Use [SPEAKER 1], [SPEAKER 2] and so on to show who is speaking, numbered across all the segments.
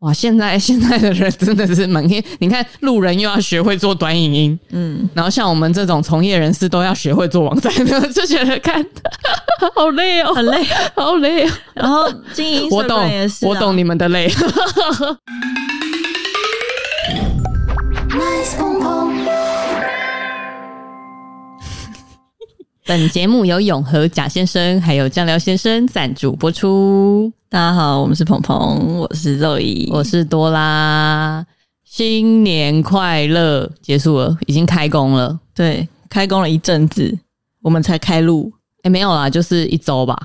[SPEAKER 1] 哇，现在 现在的人真的是蛮，你看路人又要学会做短影音，嗯，然后像我们这种从业人士都要学会做网站， 就觉得看 好累哦，
[SPEAKER 2] 很累。
[SPEAKER 1] 好累哦。
[SPEAKER 2] 然后经营
[SPEAKER 1] 我懂
[SPEAKER 2] Instagram 也，是、啊，
[SPEAKER 1] 我懂你们的累。本节目由永和贾先生还有酱料先生赞助播出，
[SPEAKER 2] 大家好，我们是鹏鹏，我是肉姨，
[SPEAKER 1] 我是多拉，新年快乐！结束了，已经开工了。
[SPEAKER 2] 对开工了一阵子，我们才开录
[SPEAKER 1] 哎、没有啦，就是一周吧，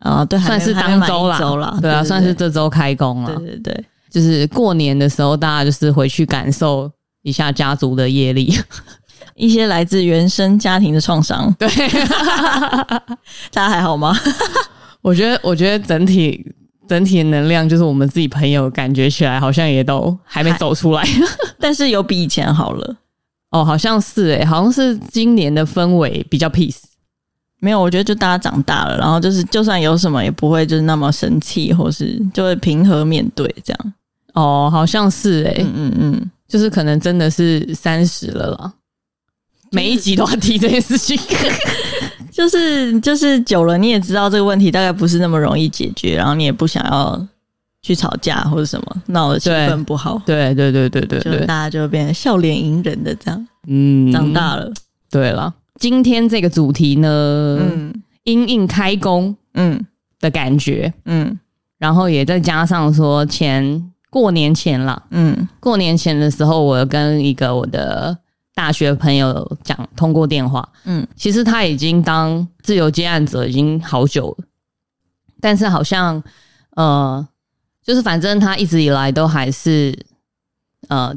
[SPEAKER 2] 啊、对，还
[SPEAKER 1] 算
[SPEAKER 2] 没
[SPEAKER 1] 是
[SPEAKER 2] 还
[SPEAKER 1] 当
[SPEAKER 2] 没满
[SPEAKER 1] 周啦，
[SPEAKER 2] 一周啦，
[SPEAKER 1] 对啊，算是
[SPEAKER 2] 对
[SPEAKER 1] 这周开工了。
[SPEAKER 2] 对对对，
[SPEAKER 1] 就是过年的时候，大家就是回去感受一下家族的业力。
[SPEAKER 2] 一些来自原生家庭的创伤，
[SPEAKER 1] 对，
[SPEAKER 2] 大家还好吗？
[SPEAKER 1] 我觉得，我觉得整体整体的能量，就是我们自己朋友感觉起来，好像也都还没走出来。
[SPEAKER 2] 但是有比以前好了，
[SPEAKER 1] 哦，好像是诶、好像是今年的氛围比较 peace。
[SPEAKER 2] 没有，我觉得就大家长大了，然后就是就算有什么也不会就是那么生气，或是就会平和面对这样。
[SPEAKER 1] 哦，好像是诶、
[SPEAKER 2] 嗯嗯嗯，
[SPEAKER 1] 就是可能真的是三十了啦。每一集都要提这件事情，
[SPEAKER 2] 就是就是久了你也知道这个问题大概不是那么容易解决，然后你也不想要去吵架或者什么，闹得气
[SPEAKER 1] 对
[SPEAKER 2] 氛不好，
[SPEAKER 1] 对对对对对
[SPEAKER 2] 就
[SPEAKER 1] 对
[SPEAKER 2] 大，家就变得笑脸迎人的这样。
[SPEAKER 1] 嗯
[SPEAKER 2] 长大了，
[SPEAKER 1] 对了，今天这个主题呢，
[SPEAKER 2] 嗯
[SPEAKER 1] 因应开工
[SPEAKER 2] 嗯
[SPEAKER 1] 的感觉，
[SPEAKER 2] 嗯
[SPEAKER 1] 然后也再加上说前过年前啦，
[SPEAKER 2] 嗯
[SPEAKER 1] 过年前的时候，我有跟一个我的大学朋友讲通过电话，
[SPEAKER 2] 嗯，
[SPEAKER 1] 其实他已经当自由接案者已经好久了，但是好像呃，就是反正他一直以来都还是呃，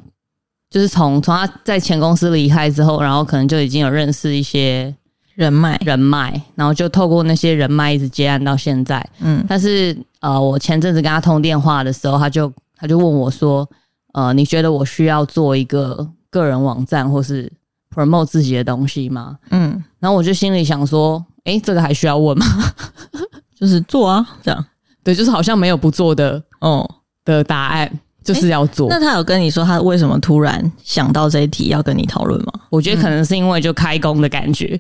[SPEAKER 1] 就是从从他在前公司离开之后，然后可能就已经有认识一些
[SPEAKER 2] 人脉，
[SPEAKER 1] 人脉，然后就透过那些人脉一直接案到现在。
[SPEAKER 2] 嗯
[SPEAKER 1] 但是呃，我前阵子跟他通电话的时候，他就他就问我说，呃，你觉得我需要做一个个人网站或是 promote 自己的东西吗？
[SPEAKER 2] 嗯，
[SPEAKER 1] 然后我就心里想说，诶，这个还需要问吗？
[SPEAKER 2] 就是做啊这样。
[SPEAKER 1] 对，就是好像没有不做的
[SPEAKER 2] 哦，
[SPEAKER 1] 的答案，就是要做。
[SPEAKER 2] 那他有跟你说他为什么突然想到这一题要跟你讨论吗？
[SPEAKER 1] 我觉得可能是因为就开工的感觉，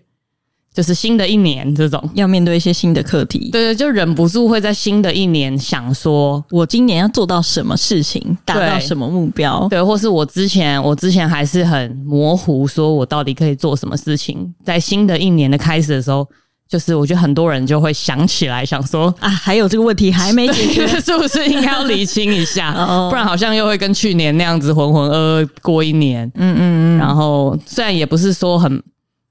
[SPEAKER 1] 就是新的一年这种。
[SPEAKER 2] 要面对一些新的课题。
[SPEAKER 1] 对对，就忍不住会在新的一年想说，
[SPEAKER 2] 我今年要做到什么事情，达到什么目标？
[SPEAKER 1] 对，或是我之前我之前还是很模糊，说我到底可以做什么事情。在新的一年的开始的时候，就是我觉得很多人就会想起来，想说
[SPEAKER 2] 啊，还有这个问题还没解决。
[SPEAKER 1] 是不是应该要理清一下，
[SPEAKER 2] 哦
[SPEAKER 1] 不然好像又会跟去年那样子浑浑噩噩过一年。
[SPEAKER 2] 嗯嗯嗯，
[SPEAKER 1] 然后虽然也不是说很，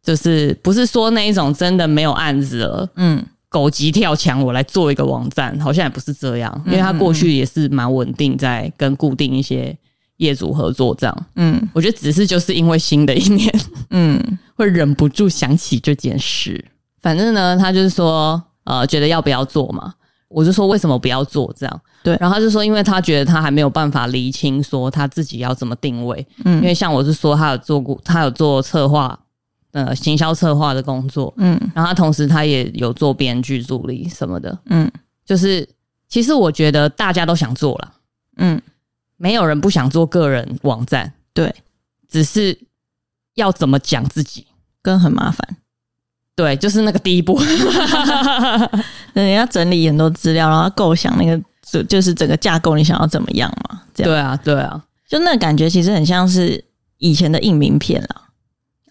[SPEAKER 1] 就是不是说那一种真的没有案子了，
[SPEAKER 2] 嗯，
[SPEAKER 1] 狗急跳墙，我来做一个网站，好像也不是这样，因为他过去也是蛮稳定，在跟固定一些业主合作这样。
[SPEAKER 2] 嗯
[SPEAKER 1] 我觉得只是就是因为新的一年
[SPEAKER 2] 嗯
[SPEAKER 1] 会忍不住想起这件事。反正呢，他就是说，呃，觉得要不要做嘛？我就说为什么不要做这样？
[SPEAKER 2] 对
[SPEAKER 1] 然后他就说，因为他觉得他还没有办法厘清说他自己要怎么定位，因
[SPEAKER 2] 嗯
[SPEAKER 1] 为像我是说，他有做过，他有做策划，呃，行销策划的工作，
[SPEAKER 2] 嗯
[SPEAKER 1] 然后他同时他也有做编剧助理什么的，
[SPEAKER 2] 嗯
[SPEAKER 1] 就是其实我觉得大家都想做啦，
[SPEAKER 2] 嗯，
[SPEAKER 1] 没有人不想做个人网站，
[SPEAKER 2] 对，
[SPEAKER 1] 只是要怎么讲自己。
[SPEAKER 2] 跟很麻烦。
[SPEAKER 1] 对，就是那个第一步。
[SPEAKER 2] 那你要整理很多资料，然后构想那个就就是整个架构，你想要怎么样嘛？这样
[SPEAKER 1] 对啊，对啊。
[SPEAKER 2] 就那感觉其实很像是以前的印名片啦。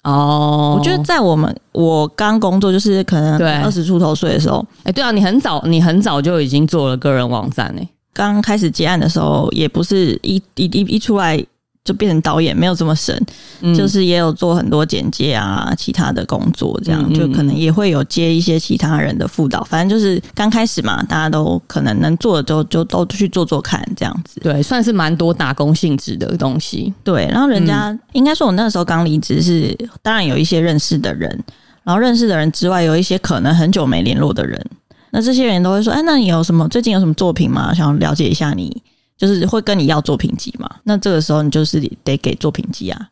[SPEAKER 1] 哦
[SPEAKER 2] 我觉得，在我们我刚工作，就是可能
[SPEAKER 1] 对
[SPEAKER 2] 二十出头岁的时候，
[SPEAKER 1] 哎、对啊，你很早，你很早就已经做了个人网站欸诶、
[SPEAKER 2] 刚开始接案的时候，也不是一一一一出来就变成导演，没有这么神，
[SPEAKER 1] 嗯
[SPEAKER 2] 就是也有做很多简介啊，其他的工作，这样、
[SPEAKER 1] 嗯嗯
[SPEAKER 2] 就可能也会有接一些其他人的辅导。反正就是刚开始嘛，大家都可能能做的就就都去做做看，这样子。
[SPEAKER 1] 对，算是蛮多打工性质的东西。
[SPEAKER 2] 对，然后人家、
[SPEAKER 1] 嗯
[SPEAKER 2] 应该说，我那时候刚离职是，当然有一些认识的人，然后认识的人之外，有一些可能很久没联络的人。那这些人都会说：“哎，那你有什么最近有什么作品吗？想要了解一下你，就是会跟你要作品集嘛？那这个时候你就是得给作品集啊。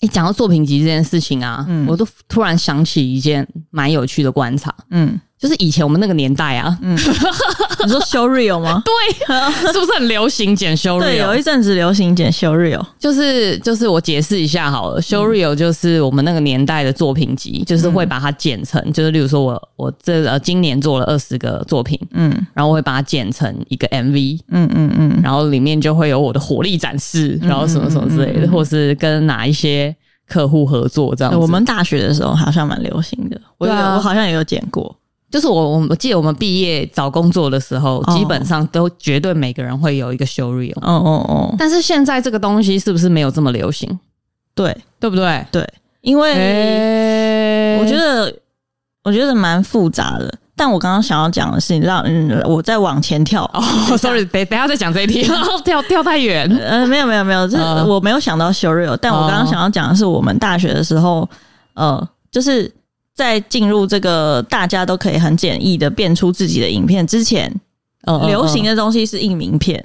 [SPEAKER 1] 哎、讲到作品集这件事情啊，
[SPEAKER 2] 嗯
[SPEAKER 1] 我都突然想起一件蛮有趣的观察，
[SPEAKER 2] 嗯
[SPEAKER 1] 就是以前我们那个年代啊，
[SPEAKER 2] 你说修 real 吗？
[SPEAKER 1] 对，是不是很流行 剪修 r
[SPEAKER 2] 对，有一阵子流行剪修 real，
[SPEAKER 1] 就是就是我解释一下好了，修 real 就是我们那个年代的作品集，就是会把它剪成，就是例如说我我这呃今年做了二十个作品，
[SPEAKER 2] 嗯
[SPEAKER 1] 然后我会把它剪成一个 MV，
[SPEAKER 2] 嗯嗯嗯，
[SPEAKER 1] 然后里面就会有我的火力展示，然后什么什么之
[SPEAKER 2] 嗯
[SPEAKER 1] 类的，或是跟哪一些客户合作这样
[SPEAKER 2] 对
[SPEAKER 1] 子。
[SPEAKER 2] 呃我们大学的时候好像蛮流行的，我有、
[SPEAKER 1] 对啊
[SPEAKER 2] 我好像也有剪过，
[SPEAKER 1] 就是我我我记得我们毕业找工作的时候，
[SPEAKER 2] 哦
[SPEAKER 1] 基本上都绝对每个人会有一个修 real，
[SPEAKER 2] 哦哦哦，
[SPEAKER 1] 但是现在这个东西是不是没有这么流行，
[SPEAKER 2] 对
[SPEAKER 1] 对不哎对？
[SPEAKER 2] 对，因为。
[SPEAKER 1] 诶
[SPEAKER 2] 我觉 得我觉得蛮复杂的。但我刚刚想要讲的是，你让嗯，我再往前跳。
[SPEAKER 1] 哦、s o r r y 等等一下再讲这一题， 跳跳太远。
[SPEAKER 2] 呃，没有没有没有，这、
[SPEAKER 1] 嗯
[SPEAKER 2] 我没有想到 s h o r i o 但我刚刚想要讲的是，我们大学的时候，呃，就是在进入这个大家都可以很简易的变出自己的影片之前，流行啊
[SPEAKER 1] 的
[SPEAKER 2] 的东西是印名片。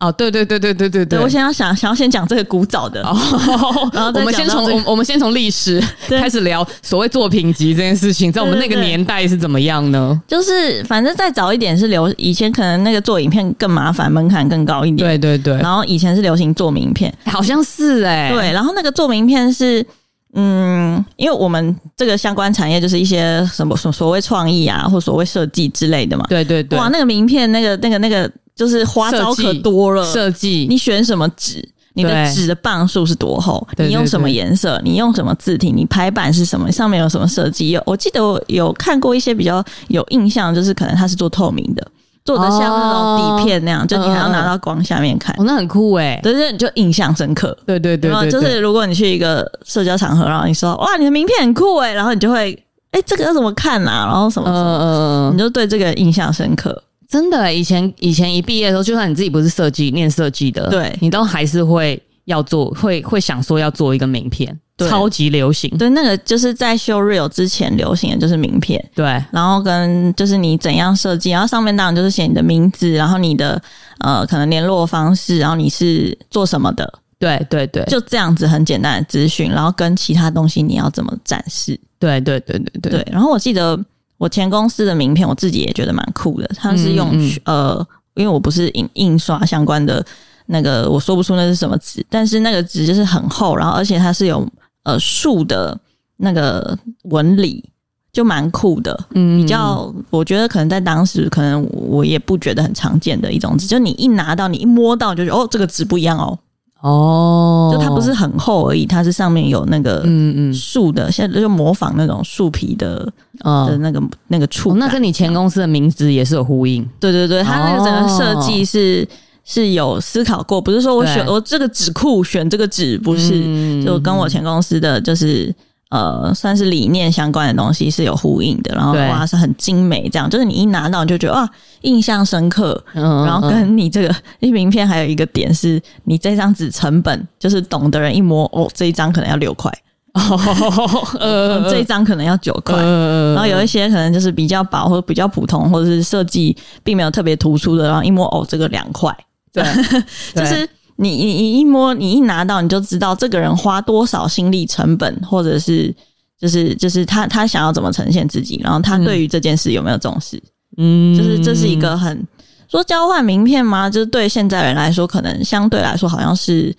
[SPEAKER 1] 哦，对对对对对对
[SPEAKER 2] 对我先要想想要先讲这个古早的，
[SPEAKER 1] 哦，
[SPEAKER 2] 然后再
[SPEAKER 1] 我们
[SPEAKER 2] 讲
[SPEAKER 1] 先
[SPEAKER 2] 到
[SPEAKER 1] 从
[SPEAKER 2] 这个
[SPEAKER 1] 我们我们先从历史
[SPEAKER 2] 对
[SPEAKER 1] 开始聊所谓作品集这件事情，在我们那个
[SPEAKER 2] 对对对
[SPEAKER 1] 年代是怎么样呢？
[SPEAKER 2] 就是反正再早一点是流，以前可能那个做影片更麻烦，门槛更高一点。
[SPEAKER 1] 对对对，
[SPEAKER 2] 然后以前是流行做名片，
[SPEAKER 1] 好像是哎、
[SPEAKER 2] 对，然后那个做名片是，嗯，因为我们这个相关产业就是一些什么什么所谓创意啊，或所谓设计之类的嘛。
[SPEAKER 1] 对对对
[SPEAKER 2] 哇，那个名片，那个那个那个，就是花招可
[SPEAKER 1] 设计
[SPEAKER 2] 多了。
[SPEAKER 1] 设计
[SPEAKER 2] 你选什么纸？你的
[SPEAKER 1] 对
[SPEAKER 2] 纸的磅数是多厚？
[SPEAKER 1] 对对
[SPEAKER 2] 你用什么
[SPEAKER 1] 对
[SPEAKER 2] 颜色？你用什么字体？你排版是什么？上面有什么设计？有，我记得我有看过一些比较有印象，就是可能它是做透明的，做的像那种底片那样，就你还要
[SPEAKER 1] 嗯嗯嗯
[SPEAKER 2] 拿到光下面看，
[SPEAKER 1] 哦，那很酷哎、
[SPEAKER 2] 但是你就印象深刻。
[SPEAKER 1] 对对对
[SPEAKER 2] 然后
[SPEAKER 1] 对，
[SPEAKER 2] 就是如果你去一个社交场合，然后你说哇你的名片很酷哎，然后你就会哎、这个要怎么看啊，然后什么
[SPEAKER 1] 嗯
[SPEAKER 2] 什么，
[SPEAKER 1] 嗯嗯
[SPEAKER 2] 你
[SPEAKER 1] 嗯，
[SPEAKER 2] 就对这个印象深刻。
[SPEAKER 1] 真的、欸，以前以前一毕业的时候，就算你自己不是设计念设计的，
[SPEAKER 2] 对
[SPEAKER 1] 你都还是会要做，会会想说要做一个名片，
[SPEAKER 2] 对
[SPEAKER 1] 超级流行，
[SPEAKER 2] 对，那个就是在修 real 之前流行的就是名片，
[SPEAKER 1] 对
[SPEAKER 2] 然后跟就是你怎样设计，然后上面当然就是写你的名字，然后你的呃可能联络方式，然后你是做什么的，
[SPEAKER 1] 对对对，
[SPEAKER 2] 就这样子很简单的资讯，然后跟其他东西你要怎么展示。
[SPEAKER 1] 对对对对对
[SPEAKER 2] 对，然后我记得我前公司的名片，我自己也觉得蛮酷的。它是用、
[SPEAKER 1] 嗯嗯
[SPEAKER 2] 呃，因为我不是印印刷相关的那个，我说不出那是什么纸，但是那个纸就是很厚，然后而且它是有呃树的那个纹理，就蛮酷的。
[SPEAKER 1] 嗯，
[SPEAKER 2] 比较，我觉得可能在当时，可能我也不觉得很常见的一种纸，就你一拿到，你一摸到就觉得哦，这个纸不一样哦，
[SPEAKER 1] 哦，
[SPEAKER 2] 就它不是很厚而已，它是上面有那个
[SPEAKER 1] 嗯嗯
[SPEAKER 2] 树的，现在就模仿那种树皮的的
[SPEAKER 1] 嗯。
[SPEAKER 2] 那个、那个触
[SPEAKER 1] 哦，
[SPEAKER 2] 感、
[SPEAKER 1] 那跟你前公司的名字也是有呼应，
[SPEAKER 2] 对对对，它那个整个
[SPEAKER 1] 哦
[SPEAKER 2] 设计是、是有思考过，不是说我选
[SPEAKER 1] 对
[SPEAKER 2] 我这个纸库选这个纸，不是、
[SPEAKER 1] 嗯
[SPEAKER 2] 就跟我前公司的就是。呃，算是理念相关的东西是有呼应的，然后
[SPEAKER 1] 对
[SPEAKER 2] 哇是很精美，这样就是你一拿到你就觉得哇印象深刻，
[SPEAKER 1] 嗯
[SPEAKER 2] 然后
[SPEAKER 1] 嗯
[SPEAKER 2] 跟你这个一名片还有一个点是，你这张纸成本就是懂的人一摸哦，这一张可能要六块，
[SPEAKER 1] 哦
[SPEAKER 2] 嗯
[SPEAKER 1] 呃
[SPEAKER 2] 这一张可能要九块，
[SPEAKER 1] 呃
[SPEAKER 2] 然后有一些可能就是比较薄或者比较普通，或者是设计并没有特别突出的，然后一摸哦，这个两块，
[SPEAKER 1] 对，
[SPEAKER 2] 就
[SPEAKER 1] 对
[SPEAKER 2] 是你你你一摸你一拿到你就知道这个人花多少心力成本，或者是就是就是他他想要怎么呈现自己，然后他
[SPEAKER 1] 嗯
[SPEAKER 2] 对于这件事有没有重视，
[SPEAKER 1] 嗯
[SPEAKER 2] 就是这是一个很说交换名片吗？就是对现在人来说，可能相对来说好像是。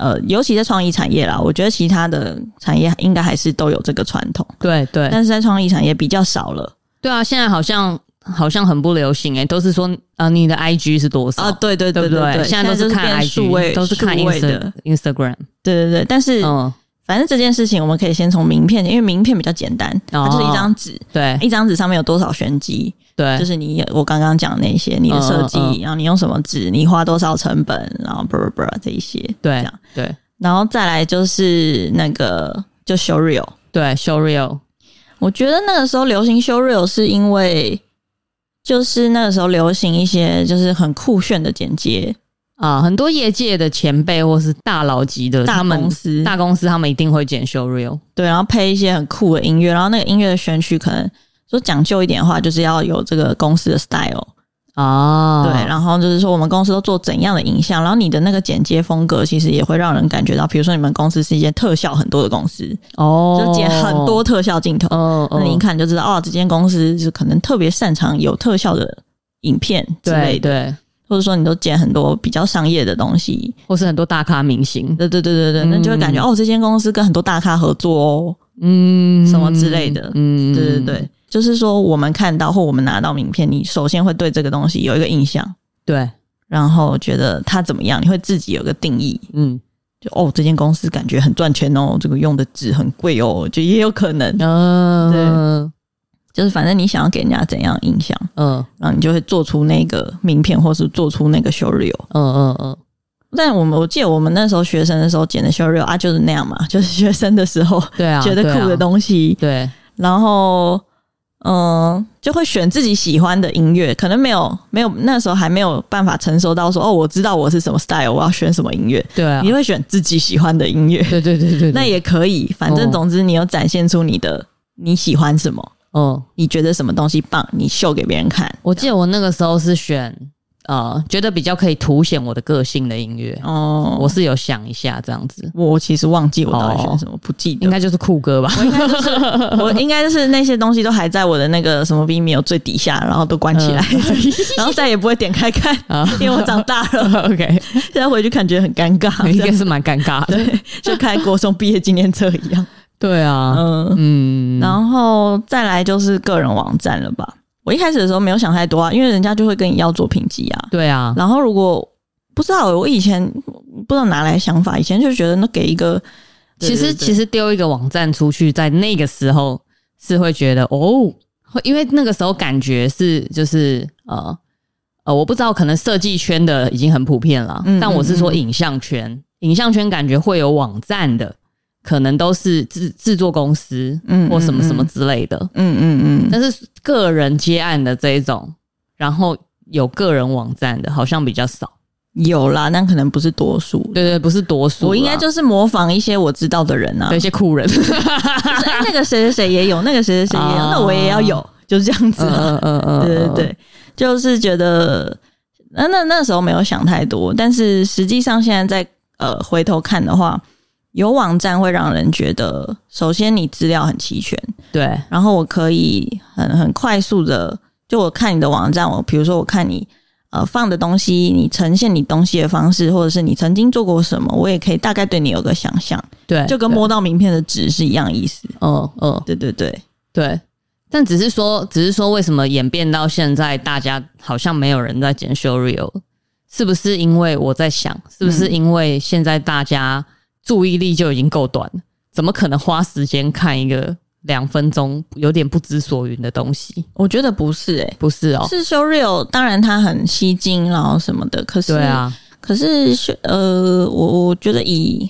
[SPEAKER 2] 呃，尤其在创意产业啦，我觉得其他的产业应该还是都有这个传统，
[SPEAKER 1] 对对
[SPEAKER 2] 但是在创意产业比较少了。
[SPEAKER 1] 对啊，现在好像好像很不流行诶、都是说呃你的 IG 是多少
[SPEAKER 2] 啊，对对
[SPEAKER 1] 对
[SPEAKER 2] 对
[SPEAKER 1] 不
[SPEAKER 2] 对，
[SPEAKER 1] 现在都
[SPEAKER 2] 就是
[SPEAKER 1] 看
[SPEAKER 2] 变
[SPEAKER 1] IG，
[SPEAKER 2] 数位，
[SPEAKER 1] 都是看
[SPEAKER 2] 数位的
[SPEAKER 1] Insta，Instagram，
[SPEAKER 2] 对对对。但是、
[SPEAKER 1] 嗯，
[SPEAKER 2] 反正这件事情，我们可以先从名片，因为名片比较简单，它就是一张纸，
[SPEAKER 1] 对
[SPEAKER 2] 一张纸上面有多少玄机，
[SPEAKER 1] 哦对，
[SPEAKER 2] 就是你我刚刚讲那些，你的设计，
[SPEAKER 1] 嗯嗯
[SPEAKER 2] 然后你用什么纸，你花多少成本，然后 blah blah blah 这一些，这
[SPEAKER 1] 对
[SPEAKER 2] 样
[SPEAKER 1] 对
[SPEAKER 2] 然后再来就是那个就 show real，
[SPEAKER 1] 对 s h o r e a l
[SPEAKER 2] 我觉得那个时候流行 show real 是因为。就是那个时候流行一些就是很酷炫的简介，
[SPEAKER 1] 啊，很多业界的前辈或是大佬级的，
[SPEAKER 2] 大
[SPEAKER 1] 他们
[SPEAKER 2] 公司
[SPEAKER 1] 大公司他们一定会剪 show reel，
[SPEAKER 2] 对，然后配一些很酷的音乐，然后那个音乐的选曲可能说讲究一点的话，就是要有这个公司的 style，
[SPEAKER 1] 哦，
[SPEAKER 2] 对，然后就是说我们公司都做怎样的影像，然后你的那个剪接风格其实也会让人感觉到，比如说你们公司是一间特效很多的公司，
[SPEAKER 1] 哦，
[SPEAKER 2] 就剪很多，特效镜头，
[SPEAKER 1] 嗯
[SPEAKER 2] 那你一
[SPEAKER 1] 嗯，
[SPEAKER 2] 看就知道哦，这间公司是可能特别擅长有特效的影片之
[SPEAKER 1] 对
[SPEAKER 2] 类的，
[SPEAKER 1] 对，
[SPEAKER 2] 或者说你都剪很多比较商业的东西，
[SPEAKER 1] 或是很多大咖明星，
[SPEAKER 2] 对对对对对，那就会感觉、哦，这间公司跟很多大咖合作哦，
[SPEAKER 1] 嗯，
[SPEAKER 2] 什么之类的
[SPEAKER 1] 嗯，
[SPEAKER 2] 对对对，就是说我们看到或我们拿到名片，你首先会对这个东西有一个印象。
[SPEAKER 1] 对，
[SPEAKER 2] 然后觉得它怎么样，你会自己有个定义，
[SPEAKER 1] 嗯，
[SPEAKER 2] 就哦，这间公司感觉很赚钱哦，这个用的纸很贵哦，就也有可能，
[SPEAKER 1] 嗯，
[SPEAKER 2] 就是反正你想要给人家怎样印象，
[SPEAKER 1] 嗯
[SPEAKER 2] 然后你就会做出那个名片，或是做出那个 show reel。
[SPEAKER 1] 嗯嗯嗯，
[SPEAKER 2] 但我们我记得我们那时候学生的时候剪的 show reel 啊，就是那样嘛，就是学生的时候
[SPEAKER 1] 对啊，
[SPEAKER 2] 觉得酷的
[SPEAKER 1] 西，
[SPEAKER 2] 东西，
[SPEAKER 1] 对，
[SPEAKER 2] 然后嗯，就会选自己喜欢的音乐，可能没有没有那时候还没有办法成熟到说哦，我知道我是什么 style，我要选什么音乐，
[SPEAKER 1] 对啊，
[SPEAKER 2] 你会选自己喜欢的音乐，
[SPEAKER 1] 对对对对对，
[SPEAKER 2] 那也可以，反正
[SPEAKER 1] 哦
[SPEAKER 2] 总之你有展现出你的你喜欢什么，
[SPEAKER 1] 嗯，
[SPEAKER 2] 你觉得什么东西棒，你秀给别人看。
[SPEAKER 1] 我记得我那个时候是选呃，觉得比较可以凸显我的个性的音乐，
[SPEAKER 2] 哦，
[SPEAKER 1] 我是有想一下这样子，
[SPEAKER 2] 我我其实忘记我到底选什么，不记得
[SPEAKER 1] 应。该就是酷哥吧？
[SPEAKER 2] 我应该就是我应该就是那些东西都还在我的那个什么 Vimeo 最底下，然后都关起来， 然后再也不会点开看，
[SPEAKER 1] 啊
[SPEAKER 2] 因为我长大 了，
[SPEAKER 1] ，OK，
[SPEAKER 2] 现在回去看觉得很尴 尬，
[SPEAKER 1] 应该是蛮尴尬 的，
[SPEAKER 2] 对，就看国中毕业纪念册一样。
[SPEAKER 1] 对啊，
[SPEAKER 2] 嗯，
[SPEAKER 1] 嗯，
[SPEAKER 2] 然后再来就是个人网站了吧。我一开始的时候没有想太多啊，因为人家就会跟你要作品集啊。
[SPEAKER 1] 对啊，
[SPEAKER 2] 然后如果不知道，我以前不知道哪来想法，以前就觉得那给一个，
[SPEAKER 1] 其实其
[SPEAKER 2] 实
[SPEAKER 1] 实丢一个网站出去，在那个时候是会觉得哦，会因为那个时候感觉是就是呃呃，我不知道，可能设计圈的已经很普遍了，
[SPEAKER 2] 嗯
[SPEAKER 1] 但我是说影像圈，影像圈感觉会有网站的，可能都是制制作公司
[SPEAKER 2] 嗯
[SPEAKER 1] 或什么什么
[SPEAKER 2] 嗯
[SPEAKER 1] 之类的，
[SPEAKER 2] 嗯嗯嗯，
[SPEAKER 1] 但是个人接案的这一种，然后有个人网站的，好像比较少。
[SPEAKER 2] 有啦，但可能不是多数。
[SPEAKER 1] 对对，不是多数啦，
[SPEAKER 2] 我应该就是模仿一些我知道的人啊，
[SPEAKER 1] 对一
[SPEAKER 2] 就是
[SPEAKER 1] 些酷人。
[SPEAKER 2] 哎、那个谁谁谁也有，那个谁谁谁也有，
[SPEAKER 1] 啊
[SPEAKER 2] 那我也要有，就是这样子、啊。
[SPEAKER 1] 嗯嗯
[SPEAKER 2] 对对对，就是觉得那那那时候没有想太多，但是实际上现在在呃回头看的话，有网站会让人觉得，首先你资料很齐全，
[SPEAKER 1] 对，
[SPEAKER 2] 然后我可以很很快速的，就我看你的网站，我比如说我看你呃放的东西，你呈现你东西的方式，或者是你曾经做过什么，我也可以大概对你有个想象，
[SPEAKER 1] 对，
[SPEAKER 2] 就跟
[SPEAKER 1] 对，
[SPEAKER 2] 摸到名片的纸是一样意思。
[SPEAKER 1] 嗯嗯，
[SPEAKER 2] 对对对，
[SPEAKER 1] 对。但只是说，只是说，为什么演变到现在，大家好像没有人在剪 show reel？是不是因为我在想，是不是因为现在大家注意力就已经够短了，怎么可能花时间看一个两分钟有点不知所云的东西？
[SPEAKER 2] 我觉得不是诶、欸
[SPEAKER 1] 不是哦，
[SPEAKER 2] 是 show real，当然它很吸睛，然后什么的。可是，
[SPEAKER 1] 对啊，
[SPEAKER 2] 可是是呃，我我觉得以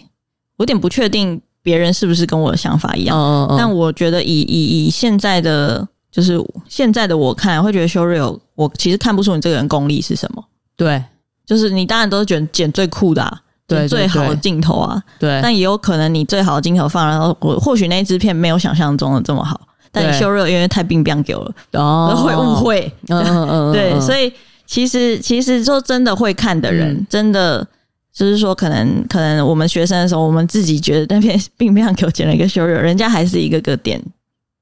[SPEAKER 2] 我有点不确定别人是不是跟我的想法一样，
[SPEAKER 1] 嗯嗯
[SPEAKER 2] 但
[SPEAKER 1] 嗯，
[SPEAKER 2] 我觉得以以以现在的就是现在的我看，会觉得 show real，我其实看不出你这个人功力是什么。
[SPEAKER 1] 对
[SPEAKER 2] 就是你当然都是剪剪最酷的、啊，
[SPEAKER 1] 对
[SPEAKER 2] 剪最
[SPEAKER 1] 对
[SPEAKER 2] 好的
[SPEAKER 1] 对
[SPEAKER 2] 镜头啊，
[SPEAKER 1] 对，
[SPEAKER 2] 但也有可能你最好的镜头放，然后我或许那一支片没有想象中的这么好，但你
[SPEAKER 1] 对
[SPEAKER 2] show real 因为太冰冰给我了，
[SPEAKER 1] 哦
[SPEAKER 2] 会误，会。
[SPEAKER 1] 嗯嗯嗯，
[SPEAKER 2] 对，所
[SPEAKER 1] 以
[SPEAKER 2] 以其实其实说真的会看的人，
[SPEAKER 1] 嗯
[SPEAKER 2] 真的就是说，可能可能我们学生的时候，我们自己觉得那篇并没有给我剪了一个修 h 人家还是一个个点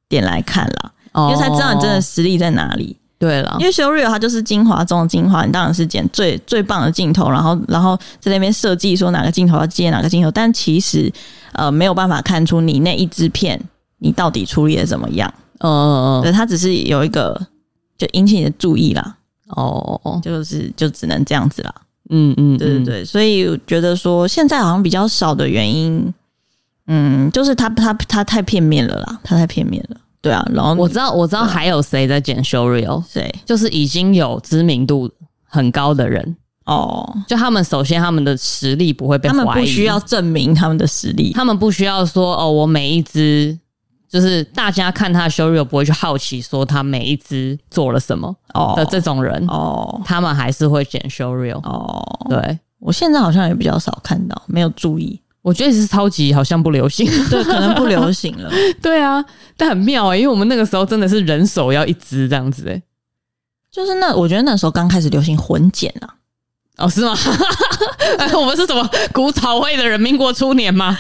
[SPEAKER 2] 点来看啦，因为才知道你真的实力在哪里。
[SPEAKER 1] 哦对了
[SPEAKER 2] 因，为修 h 它就是精华中的精华，你当然是剪最最棒的镜头，然后然后在那边设计说哪个镜头要接哪个镜头，但其实呃没有办法看出你那一支片你到底处理的怎么样。
[SPEAKER 1] 嗯嗯嗯，
[SPEAKER 2] 对，它只是有一个就引起你的注意啦。
[SPEAKER 1] 哦哦，
[SPEAKER 2] 就是就只能这样子啦。
[SPEAKER 1] 嗯嗯，
[SPEAKER 2] 对对
[SPEAKER 1] 嗯，
[SPEAKER 2] 对，所以我觉得说现在好像比较少的原因，嗯，就是他他他太片面了啦，他太片面了。对啊，然后
[SPEAKER 1] 我知道，我知道还有谁在剪 show reel，
[SPEAKER 2] 谁
[SPEAKER 1] 就是已经有知名度很高的人，
[SPEAKER 2] 哦，
[SPEAKER 1] 就他们首先他们的实力不会被
[SPEAKER 2] 他们
[SPEAKER 1] 怀
[SPEAKER 2] 不
[SPEAKER 1] 疑，
[SPEAKER 2] 需要，证明他们的实力。
[SPEAKER 1] 他们不需要说哦，我每一支就是大家看他的 show reel 不会去好奇说他每一支做了什么
[SPEAKER 2] 哦
[SPEAKER 1] 的这种人，
[SPEAKER 2] 哦
[SPEAKER 1] 他们还是会剪 show reel。
[SPEAKER 2] 哦，
[SPEAKER 1] 对，
[SPEAKER 2] 我现在好像也比较少看到，没有注意，
[SPEAKER 1] 我觉得是超级好像不流行。
[SPEAKER 2] 对，可能不流行了。
[SPEAKER 1] 欸对啊，但很妙哎、因为我们那个时候真的是人手要一支这样子哎、
[SPEAKER 2] 就是那我觉得那时候刚开始流行混剪啊，
[SPEAKER 1] 哦，是吗？ 哎我们是什么古早味的人？民国初年吗？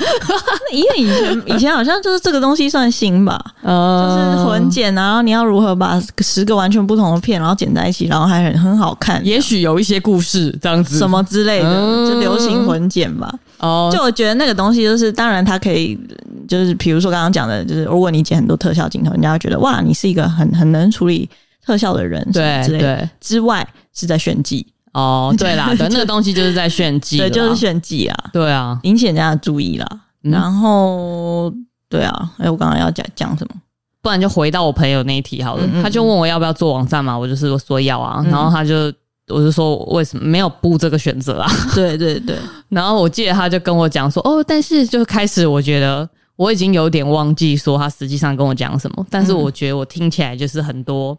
[SPEAKER 2] 因为以前以前好像就是这个东西算新吧，就是
[SPEAKER 1] 呃
[SPEAKER 2] 混剪啊，然后你要如何把十个完全不同的片，然后剪在一起，然后还很很好看，
[SPEAKER 1] 也许有一些故事这样子。
[SPEAKER 2] 什么之类的，
[SPEAKER 1] 嗯
[SPEAKER 2] 就流行混剪吧。
[SPEAKER 1] 哦，
[SPEAKER 2] 就我觉得那个东西，就是当然它可以，就是比如说刚刚讲的，就是如果你剪很多特效镜头，人家会觉得哇，你是一个很很能处理特效的人，什么
[SPEAKER 1] 对
[SPEAKER 2] 之类的。
[SPEAKER 1] 对
[SPEAKER 2] 之外是在炫技，
[SPEAKER 1] 哦， 对啦，对，那个东西就是在炫技啦，
[SPEAKER 2] 对，就是炫技啊，
[SPEAKER 1] 对啊，
[SPEAKER 2] 引起人家的注意啦。
[SPEAKER 1] 嗯
[SPEAKER 2] 然后对啊，哎、我刚刚要讲讲 什么？
[SPEAKER 1] 不然就回到我朋友那一题好了，
[SPEAKER 2] 嗯嗯
[SPEAKER 1] 他就问我要不要做网站嘛，我就是说说要啊，
[SPEAKER 2] 嗯
[SPEAKER 1] 然后他就我就说为什么没有不这个选择啊？
[SPEAKER 2] 对对对，
[SPEAKER 1] 然后我记得他就跟我讲说，哦，但是就开始我觉得我已经有点忘记说他实际上跟我讲什么，但是
[SPEAKER 2] 嗯
[SPEAKER 1] 我觉得我听起来就是很多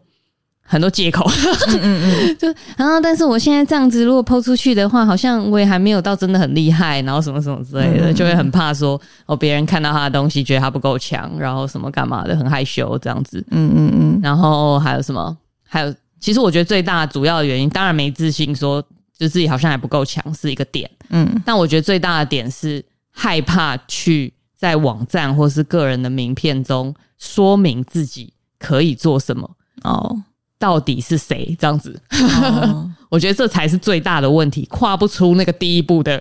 [SPEAKER 1] 很多借口，
[SPEAKER 2] 嗯嗯
[SPEAKER 1] 就然后但是我现在这样子如果抛出去的话，好像我也还没有到真的很厉害，然后什么什么之类的，
[SPEAKER 2] 嗯
[SPEAKER 1] 就会很怕说哦别人看到他的东西觉得他不够强，然后什么干嘛的，很害羞这样子。
[SPEAKER 2] 嗯嗯嗯
[SPEAKER 1] 然后还有什么？还有，其实我觉得最大的主要的原因，当然没自信说，就自己好像还不够强是一个点，
[SPEAKER 2] 嗯嗯，
[SPEAKER 1] 但我觉得最大的点是害怕去在网站或是个人的名片中说明自己可以做什么，
[SPEAKER 2] 哦，
[SPEAKER 1] 到底是谁这样子。
[SPEAKER 2] 哦
[SPEAKER 1] 我觉得这才是最大的问题，跨不出那个第一步的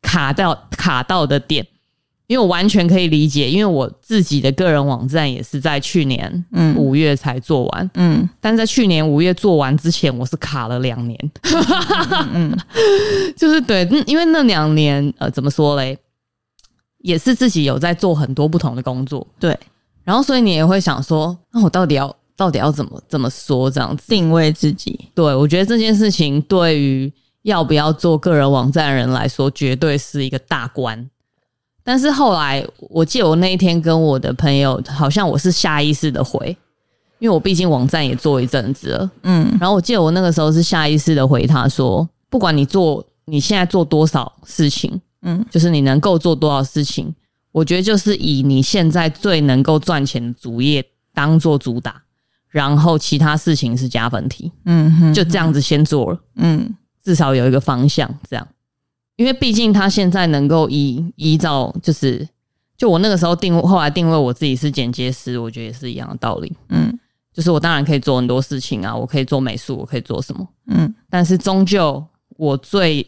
[SPEAKER 1] 卡到卡到的点。因为我完全可以理解，因为我自己的个人网站也是在去年
[SPEAKER 2] 嗯
[SPEAKER 1] 五月才做完，
[SPEAKER 2] 嗯
[SPEAKER 1] 但是在去年五月做完之前，我是卡了两年，
[SPEAKER 2] 嗯嗯
[SPEAKER 1] 就是对，嗯因为那两年呃，怎么说嘞，也是自己有在做很多不同的工作，
[SPEAKER 2] 对，
[SPEAKER 1] 然后所以你也会想说，那、我到底要到底要怎么怎么说这样子？
[SPEAKER 2] 定位自己，
[SPEAKER 1] 对我觉得这件事情对于要不要做个人网站的人来说，绝对是一个大关。但是后来，我记得我那一天跟我的朋友，好像我是下意识的回，因为我毕竟网站也做一阵子了，
[SPEAKER 2] 嗯
[SPEAKER 1] 然后我记得我那个时候是下意识的回他说，不管你做你现在做多少事情，
[SPEAKER 2] 嗯
[SPEAKER 1] 就是你能够做多少事情，我觉得就是以你现在最能够赚钱的主业当做主打，然后其他事情是加分题，
[SPEAKER 2] 嗯哼，
[SPEAKER 1] 就这样子先做了，
[SPEAKER 2] 嗯
[SPEAKER 1] 至少有一个方向这样。因为毕竟他现在能够依依照就是，就我那个时候定位后来定位我自己是剪接师，我觉得也是一样的道理。
[SPEAKER 2] 嗯
[SPEAKER 1] 就是我当然可以做很多事情啊，我可以做美术，我可以做什么，
[SPEAKER 2] 嗯
[SPEAKER 1] 但是终究我最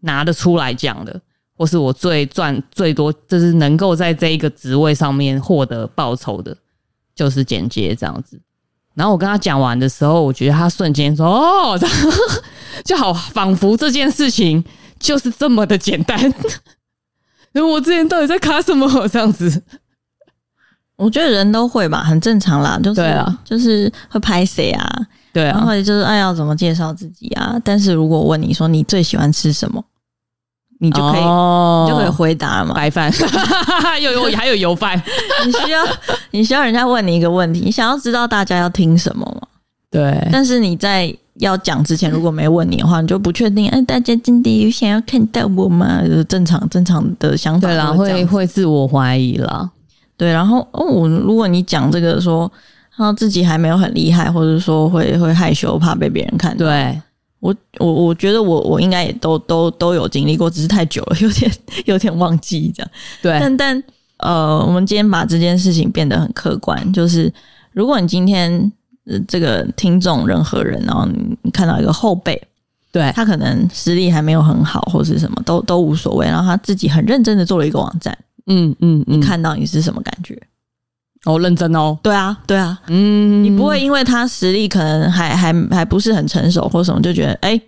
[SPEAKER 1] 拿得出来讲的，或是我最赚最多，就是能够在这一个职位上面获得报酬的，就是剪接这样子。然后我跟他讲完的时候，我觉得他瞬间说：“哦， 这样就好，仿佛这件事情就是这么的简单。”然后我之前到底在卡什么？这样子，
[SPEAKER 2] 我觉得人都会吧，很正常啦，就是
[SPEAKER 1] 对啊
[SPEAKER 2] 就是会拍谁啊，
[SPEAKER 1] 对
[SPEAKER 2] 然
[SPEAKER 1] 啊
[SPEAKER 2] 后，就是哎要怎么介绍自己啊。但是如果我问你说你最喜欢吃什么，你
[SPEAKER 1] 你
[SPEAKER 2] 就可以、你就可以回 答了嘛。
[SPEAKER 1] 白饭，哦有有还有油饭，
[SPEAKER 2] 你需要你需要人家问你一个问题，你想要知道大家要听什么嘛？
[SPEAKER 1] 对
[SPEAKER 2] 但是你在要讲之前，如果没问你的话，你就不确定。哎，大家真的有想要看到我吗？就是正常正常的想法
[SPEAKER 1] 对啦，
[SPEAKER 2] 都这样
[SPEAKER 1] 会会自我怀疑啦，
[SPEAKER 2] 对，然后哦，我如果你讲这个说，然后自己还没有很厉害，或者说会会害羞，怕被别人看到，
[SPEAKER 1] 对，
[SPEAKER 2] 我我我觉得我我应该也都都都有经历过，只是太久了，有 点有点忘记这样。
[SPEAKER 1] 对，
[SPEAKER 2] 但但呃，我们今天把这件事情变得很客观，就是如果你今天、呃、这个听众任何人，然后你你看到一个后辈，
[SPEAKER 1] 对，
[SPEAKER 2] 他可能实力还没有很好，或是什么都都无所谓，然后他自己很认真的做了一个网站，
[SPEAKER 1] 嗯嗯嗯，
[SPEAKER 2] 看到你是什么感觉？
[SPEAKER 1] 哦，认真哦，
[SPEAKER 2] 对啊，对啊，
[SPEAKER 1] 嗯，
[SPEAKER 2] 你不会因为他实力可能还还还不是很成熟或什么，就觉得哎、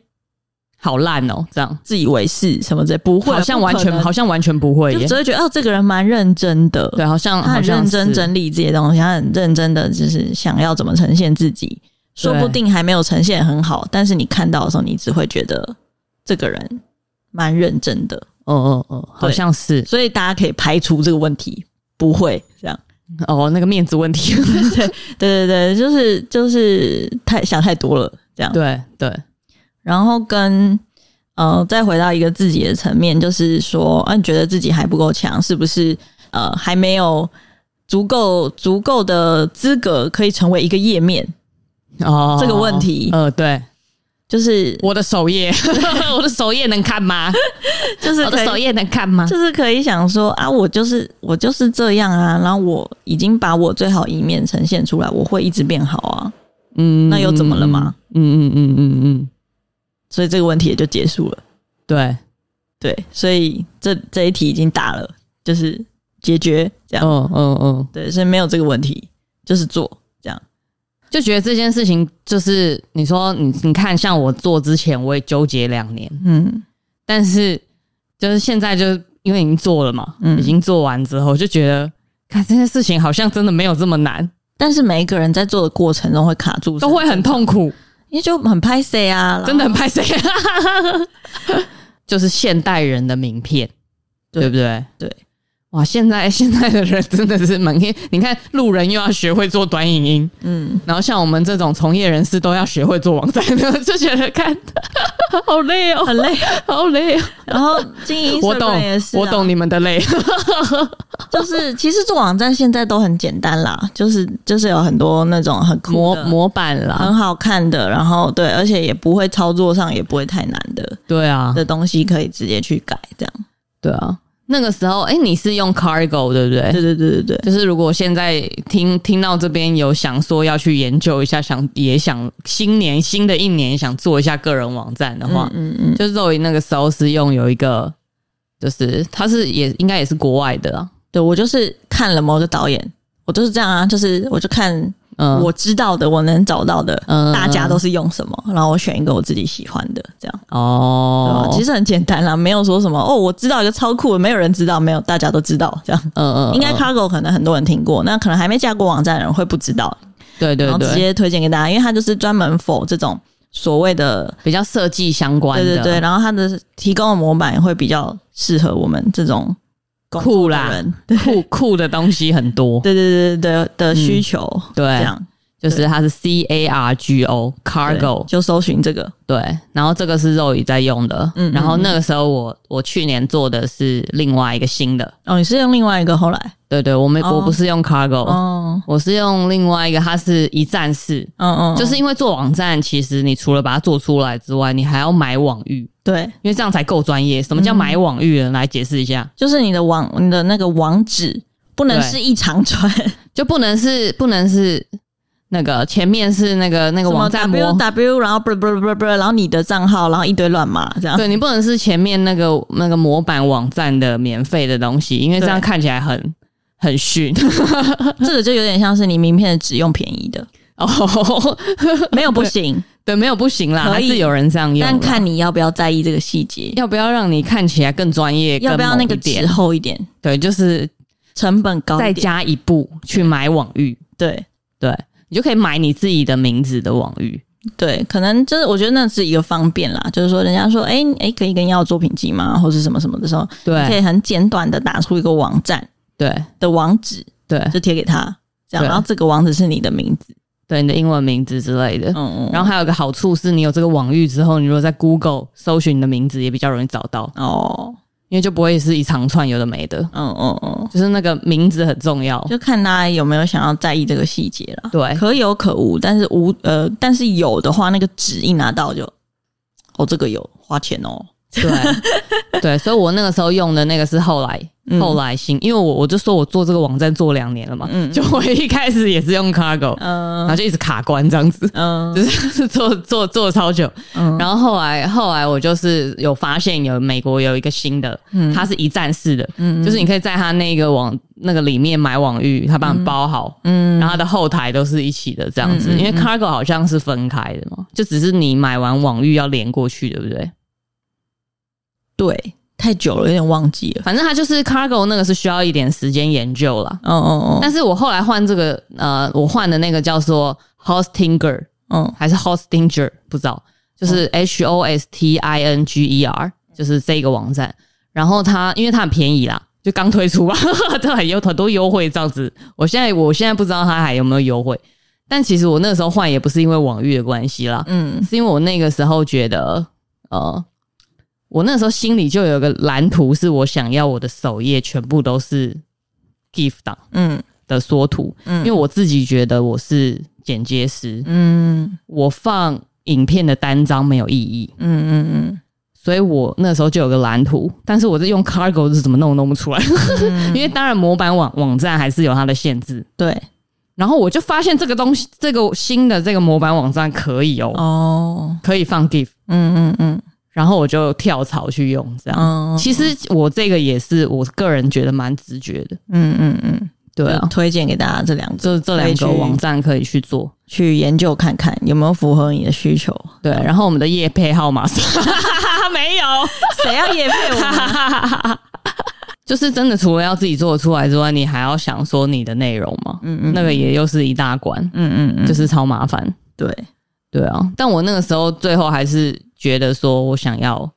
[SPEAKER 1] 好烂哦，这样
[SPEAKER 2] 自以为是什么之类，不会，啊
[SPEAKER 1] 好像
[SPEAKER 2] 不可
[SPEAKER 1] 完全
[SPEAKER 2] 能
[SPEAKER 1] 好像完全不会
[SPEAKER 2] 就
[SPEAKER 1] 耶
[SPEAKER 2] 只，会觉得哦，这个人蛮认真的，
[SPEAKER 1] 对，好像
[SPEAKER 2] 他
[SPEAKER 1] 好
[SPEAKER 2] 很
[SPEAKER 1] 像
[SPEAKER 2] 认真
[SPEAKER 1] 是
[SPEAKER 2] 整理这些东西，他很认真的就是想要怎么呈现自己，说不定还没有呈现很好，但是你看到的时候，你只会觉得这个人蛮认真的，
[SPEAKER 1] 嗯嗯嗯，好
[SPEAKER 2] 对
[SPEAKER 1] 像是
[SPEAKER 2] 所以大家可以排除这个问题，不会这样。
[SPEAKER 1] 哦，那个面子问 题，
[SPEAKER 2] 对对对，就是就是太想太多了这样。
[SPEAKER 1] 对对，
[SPEAKER 2] 然后跟呃，再回到一个自己的层面，就是说，啊，你觉得自己还不够强，是不是？呃，还没有足够足够的资格可以成为一个页面，
[SPEAKER 1] 哦
[SPEAKER 2] 这个问题
[SPEAKER 1] 呃，对，
[SPEAKER 2] 就是
[SPEAKER 1] 我的首 页，我的首页能看吗？
[SPEAKER 2] 就是
[SPEAKER 1] 我
[SPEAKER 2] 可
[SPEAKER 1] 的
[SPEAKER 2] 以
[SPEAKER 1] 首页能看吗？
[SPEAKER 2] 就是可以想说啊，我就是我就是这样啊，然后我已经把我最好一面呈现出来，我会一直变好啊，
[SPEAKER 1] 嗯
[SPEAKER 2] 那又怎么了嘛？
[SPEAKER 1] 嗯嗯嗯嗯嗯，
[SPEAKER 2] 所以这个问题也就结束了。
[SPEAKER 1] 对，
[SPEAKER 2] 对，所以这这一题已经打了，就是解决这样。
[SPEAKER 1] 嗯嗯嗯，
[SPEAKER 2] 对，所以没有这个问题，就是做这样。
[SPEAKER 1] 就觉得这件事情就是你说你你看，像我做之前我也纠结两年，
[SPEAKER 2] 嗯
[SPEAKER 1] 但是就是现在就是因为已经做了嘛，
[SPEAKER 2] 嗯
[SPEAKER 1] 已经做完之后就觉得。看这件事情好像真的没有这么难，
[SPEAKER 2] 但是每一个人在做的过程中会卡住，
[SPEAKER 1] 都会很，痛苦，
[SPEAKER 2] 因为就很拍 C 啊，然后
[SPEAKER 1] 真的很 拍谁？就是现代人的名片，
[SPEAKER 2] 对
[SPEAKER 1] 对不对？
[SPEAKER 2] 对，
[SPEAKER 1] 哇，现在 现在的人真的是蛮……你看路人又要学会做短影 音，
[SPEAKER 2] 嗯，
[SPEAKER 1] 然后像我们这种从业人士都要学会做网站，就觉得看 好累哦，
[SPEAKER 2] 很累。
[SPEAKER 1] 好累哦。
[SPEAKER 2] 然后经营
[SPEAKER 1] 我
[SPEAKER 2] Instagram
[SPEAKER 1] 懂
[SPEAKER 2] 也，是、啊，
[SPEAKER 1] 我懂你们的累。
[SPEAKER 2] 就是其实做网站现在都很简单啦，就是就是有很多那种很酷
[SPEAKER 1] 模
[SPEAKER 2] 的、
[SPEAKER 1] 模板啦
[SPEAKER 2] 很，好看的，然后对，而且也不会操作上也不会太难的
[SPEAKER 1] 对啊，
[SPEAKER 2] 的东西，可以直接去改这样。
[SPEAKER 1] 对啊。那个时候，哎、你是用 Cargo 对不哎对？
[SPEAKER 2] 对对对对对，
[SPEAKER 1] 就是如果现在听听到这边有想说要去研究一下，想也想新年新的一年想做一下个人网站的话，
[SPEAKER 2] 嗯嗯嗯，
[SPEAKER 1] 就是 Zoe 那个时候是用有一个，就是它是也应该也是国外的、啊，
[SPEAKER 2] 对我就是看了某个导演，我就是这样啊，就是我就看
[SPEAKER 1] 嗯，
[SPEAKER 2] 我知道的，我能找到的，
[SPEAKER 1] 嗯
[SPEAKER 2] 大家都是用什么，然后我选一个我自己喜欢的这样。对吧
[SPEAKER 1] 哦，
[SPEAKER 2] 其实很简单啦，没有说什么哦，我知道一个超酷的，没有人知道，没有，大家都知道这样。
[SPEAKER 1] 嗯嗯，
[SPEAKER 2] 应该
[SPEAKER 1] 看
[SPEAKER 2] Cargo 可能很多人听过，那可能还没架过网站的人会不知道，
[SPEAKER 1] 对对
[SPEAKER 2] 然后直
[SPEAKER 1] 对，
[SPEAKER 2] 接推荐给大家，因为它就是专门否这种所谓的，
[SPEAKER 1] 比较设计相关
[SPEAKER 2] 对
[SPEAKER 1] 的，
[SPEAKER 2] 对对，然后它的提供的模板也会比较适合我们这种工作
[SPEAKER 1] 酷
[SPEAKER 2] 的
[SPEAKER 1] 啦
[SPEAKER 2] 人，
[SPEAKER 1] 酷酷的东西很多，
[SPEAKER 2] 对对对对对的需求，
[SPEAKER 1] 嗯
[SPEAKER 2] 这
[SPEAKER 1] 对，
[SPEAKER 2] 样
[SPEAKER 1] 就是它是 C A R G O
[SPEAKER 2] 对
[SPEAKER 1] Cargo，
[SPEAKER 2] 就搜寻这个，
[SPEAKER 1] 对，然后这个是肉宇在用的，
[SPEAKER 2] 嗯嗯
[SPEAKER 1] 然后那个时候我我去年做的是另外一个新的，
[SPEAKER 2] 哦，你是用另外一个后来，
[SPEAKER 1] 对对，我没、
[SPEAKER 2] 哦
[SPEAKER 1] 我不是用 Cargo，、
[SPEAKER 2] 哦，
[SPEAKER 1] 我是用另外一个，它是一站式，
[SPEAKER 2] 嗯嗯，
[SPEAKER 1] 就是因为做网站，其实你除了把它做出来之外，你还要买网域，
[SPEAKER 2] 对，
[SPEAKER 1] 因为这样才够专业。什么叫
[SPEAKER 2] 嗯
[SPEAKER 1] 买网域呢？来解释一下，
[SPEAKER 2] 就是你的网你的那个网址不能
[SPEAKER 1] 对
[SPEAKER 2] 是一长串，
[SPEAKER 1] 就不能是不能是那个前面是那个那个
[SPEAKER 2] 什么
[SPEAKER 1] 网站模
[SPEAKER 2] W W，然后不不不不，然后你的账号，然后一堆乱码这样。
[SPEAKER 1] 对你不能是前面那个那个模板网站的免费的东西，因为这样
[SPEAKER 2] 对
[SPEAKER 1] 看起来很很逊
[SPEAKER 2] 这个就有点像是你名片只用便 宜的，
[SPEAKER 1] 哦。
[SPEAKER 2] 没有不行，
[SPEAKER 1] 对，没有不行啦，
[SPEAKER 2] 可以
[SPEAKER 1] 还是有人这样用啦。
[SPEAKER 2] 但看你要不要在意这个细节，
[SPEAKER 1] 要不要让你看起来更专业，
[SPEAKER 2] 要不要那
[SPEAKER 1] 更
[SPEAKER 2] 个
[SPEAKER 1] 猛一
[SPEAKER 2] 纸
[SPEAKER 1] 点？
[SPEAKER 2] 厚一点，
[SPEAKER 1] 对，就是
[SPEAKER 2] 成本高
[SPEAKER 1] 再
[SPEAKER 2] 一点，
[SPEAKER 1] 加一步去买网域，
[SPEAKER 2] 对
[SPEAKER 1] 对你就可以买你自己的名字的网域。
[SPEAKER 2] 对，可能就是我觉得那是一个方便啦，就是说人家说，哎、哎、可以跟要作品集吗，或是什么什么的时候，你可
[SPEAKER 1] 对
[SPEAKER 2] 以很简短的打出一个网站
[SPEAKER 1] 对
[SPEAKER 2] 的网址，
[SPEAKER 1] 对
[SPEAKER 2] 就贴给他，这样，
[SPEAKER 1] 对
[SPEAKER 2] 然后这个网址是你的名字，
[SPEAKER 1] 对，你的英文名字之类的。
[SPEAKER 2] 嗯嗯，
[SPEAKER 1] 然后还有一个好处是，你有这个网域之后，你如果在 Google 搜寻你的名字，也比较容易找到，
[SPEAKER 2] 哦，
[SPEAKER 1] 因为就不会是一长串有的没的，
[SPEAKER 2] 嗯嗯嗯，
[SPEAKER 1] 就是那个名字很重要。
[SPEAKER 2] 就看大家有没有想要在意这个细节啦。
[SPEAKER 1] 对，
[SPEAKER 2] 可有可无，但是无呃，但是有的话，那个纸一拿到就，哦，这个有花钱哦，
[SPEAKER 1] 对 对，所以我那个时候用的那个是后来、
[SPEAKER 2] 嗯
[SPEAKER 1] 后来新，因为我我就说我做这个网站做两年了嘛，
[SPEAKER 2] 嗯
[SPEAKER 1] 就我一开始也是用 Cargo，、然
[SPEAKER 2] 嗯
[SPEAKER 1] 后就一直卡关这样子，
[SPEAKER 2] 嗯
[SPEAKER 1] 就是做做做了超久，
[SPEAKER 2] 嗯，
[SPEAKER 1] 然后后来后来我就是有发现有美国有一个新的，
[SPEAKER 2] 嗯
[SPEAKER 1] 它是一站式的，
[SPEAKER 2] 嗯
[SPEAKER 1] 就是你可以在它那个网那个里面买网域，它帮你包好。
[SPEAKER 2] 嗯
[SPEAKER 1] 然后它的后台都是一起的这样子，
[SPEAKER 2] 嗯嗯
[SPEAKER 1] 因为 Cargo 好像是分开的嘛，就只是你买完网域要连过去，对不对？
[SPEAKER 2] 对，太久了，有点忘记了，
[SPEAKER 1] 反正它就是 cargo 那个是需要一点时间研究啦。
[SPEAKER 2] 嗯嗯嗯
[SPEAKER 1] 但是我后来换这个，呃，我换的那个叫做 Hostinger
[SPEAKER 2] 嗯
[SPEAKER 1] 还是 Hostinger，不知道，就是 H O S T I N G E R，就是这个网站。然后它因为它很便宜啦，就刚推出啊， 它很有很多优惠这样子。我现在我现在不知道它还有没有优惠，但其实我那个时候换也不是因为网域的关系啦，
[SPEAKER 2] 嗯
[SPEAKER 1] 是因为我那个时候觉得，呃，我那时候心里就有个蓝图，是我想要我的首页全部都是 GIF 档
[SPEAKER 2] 嗯
[SPEAKER 1] 的缩图，
[SPEAKER 2] 嗯
[SPEAKER 1] 因为我自己觉得我是剪接师，
[SPEAKER 2] 嗯
[SPEAKER 1] 我放影片的单张没有意义，
[SPEAKER 2] 嗯嗯
[SPEAKER 1] 所以我那时候就有个蓝图，但是我是用 Cargo 是怎么弄都弄不出来，
[SPEAKER 2] 嗯，
[SPEAKER 1] 因为当然模板网网站还是有它的限制。
[SPEAKER 2] 对
[SPEAKER 1] 然后我就发现这个东西，这个新的这个模板网站可以哦，
[SPEAKER 2] 哦，
[SPEAKER 1] 可以放 GIF，
[SPEAKER 2] 嗯嗯嗯
[SPEAKER 1] 然后我就跳槽去用这样。
[SPEAKER 2] 嗯
[SPEAKER 1] 其实我这个也是我个人觉得蛮直觉的，
[SPEAKER 2] 嗯嗯嗯，
[SPEAKER 1] 对啊
[SPEAKER 2] 就，推荐给大家这两个
[SPEAKER 1] 这这两个网站可以去做。
[SPEAKER 2] 去研究看看有没有符合你的需求。
[SPEAKER 1] 对，然后我们的业配号码 是没有，
[SPEAKER 2] 谁要也配我们？
[SPEAKER 1] 就是真的除了要自己做得出来之外，你还要想说你的内容嘛，
[SPEAKER 2] 嗯嗯
[SPEAKER 1] 那个也又是一大关，
[SPEAKER 2] 嗯嗯嗯，
[SPEAKER 1] 就是超麻烦。
[SPEAKER 2] 对，
[SPEAKER 1] 对啊，但我那个时候最后还是觉得说我想要，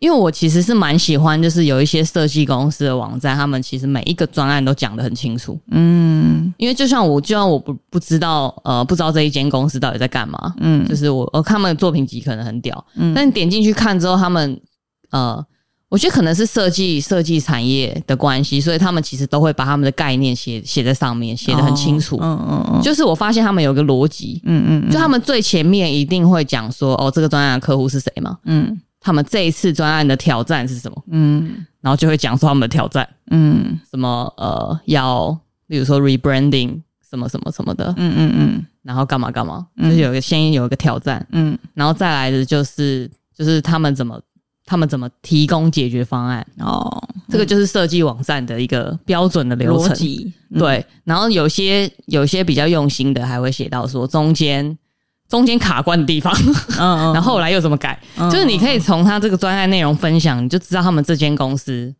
[SPEAKER 1] 因为我其实是蛮喜欢，就是有一些设计公司的网站，他们其实每一个专案都讲得很清楚。
[SPEAKER 2] 嗯
[SPEAKER 1] 因为就像我，就像我不不知道，呃，不知道这一间公司到底在干嘛，
[SPEAKER 2] 嗯
[SPEAKER 1] 就是我呃，他们的作品集可能很屌，
[SPEAKER 2] 嗯
[SPEAKER 1] 但你点进去看之后，他们呃，我觉得可能是设计设计产业的关系，所以他们其实都会把他们的概念写写在上面，写得很清楚。
[SPEAKER 2] 嗯嗯嗯，
[SPEAKER 1] 就是我发现他们有个逻辑，
[SPEAKER 2] 嗯嗯，
[SPEAKER 1] 就他们最前面一定会讲说，哦，这个专案的客户是谁嘛？
[SPEAKER 2] 嗯
[SPEAKER 1] 他们这一次专案的挑战是什么？
[SPEAKER 2] 嗯
[SPEAKER 1] 然后就会讲说他们的挑战
[SPEAKER 2] 嗯
[SPEAKER 1] 什么，呃，要例如说 rebranding 什么什么什么的，
[SPEAKER 2] 嗯嗯
[SPEAKER 1] 然后干嘛干嘛，就
[SPEAKER 2] 嗯
[SPEAKER 1] 是有一个先有一个挑战，
[SPEAKER 2] 嗯
[SPEAKER 1] 然后再来的就是就是他们怎么他们怎么提供解决方案，
[SPEAKER 2] 嗯，哦，
[SPEAKER 1] 这个就是设计网站的一个标准的流
[SPEAKER 2] 逻
[SPEAKER 1] 程。
[SPEAKER 2] 辑，嗯
[SPEAKER 1] 对，然后有些有些比较用心的还会写到说中间中间卡关的地方，
[SPEAKER 2] 嗯嗯，
[SPEAKER 1] 然后后来又怎么改，
[SPEAKER 2] 嗯
[SPEAKER 1] 就是你可以从他这个专案内容分享，你就知道他们这间公司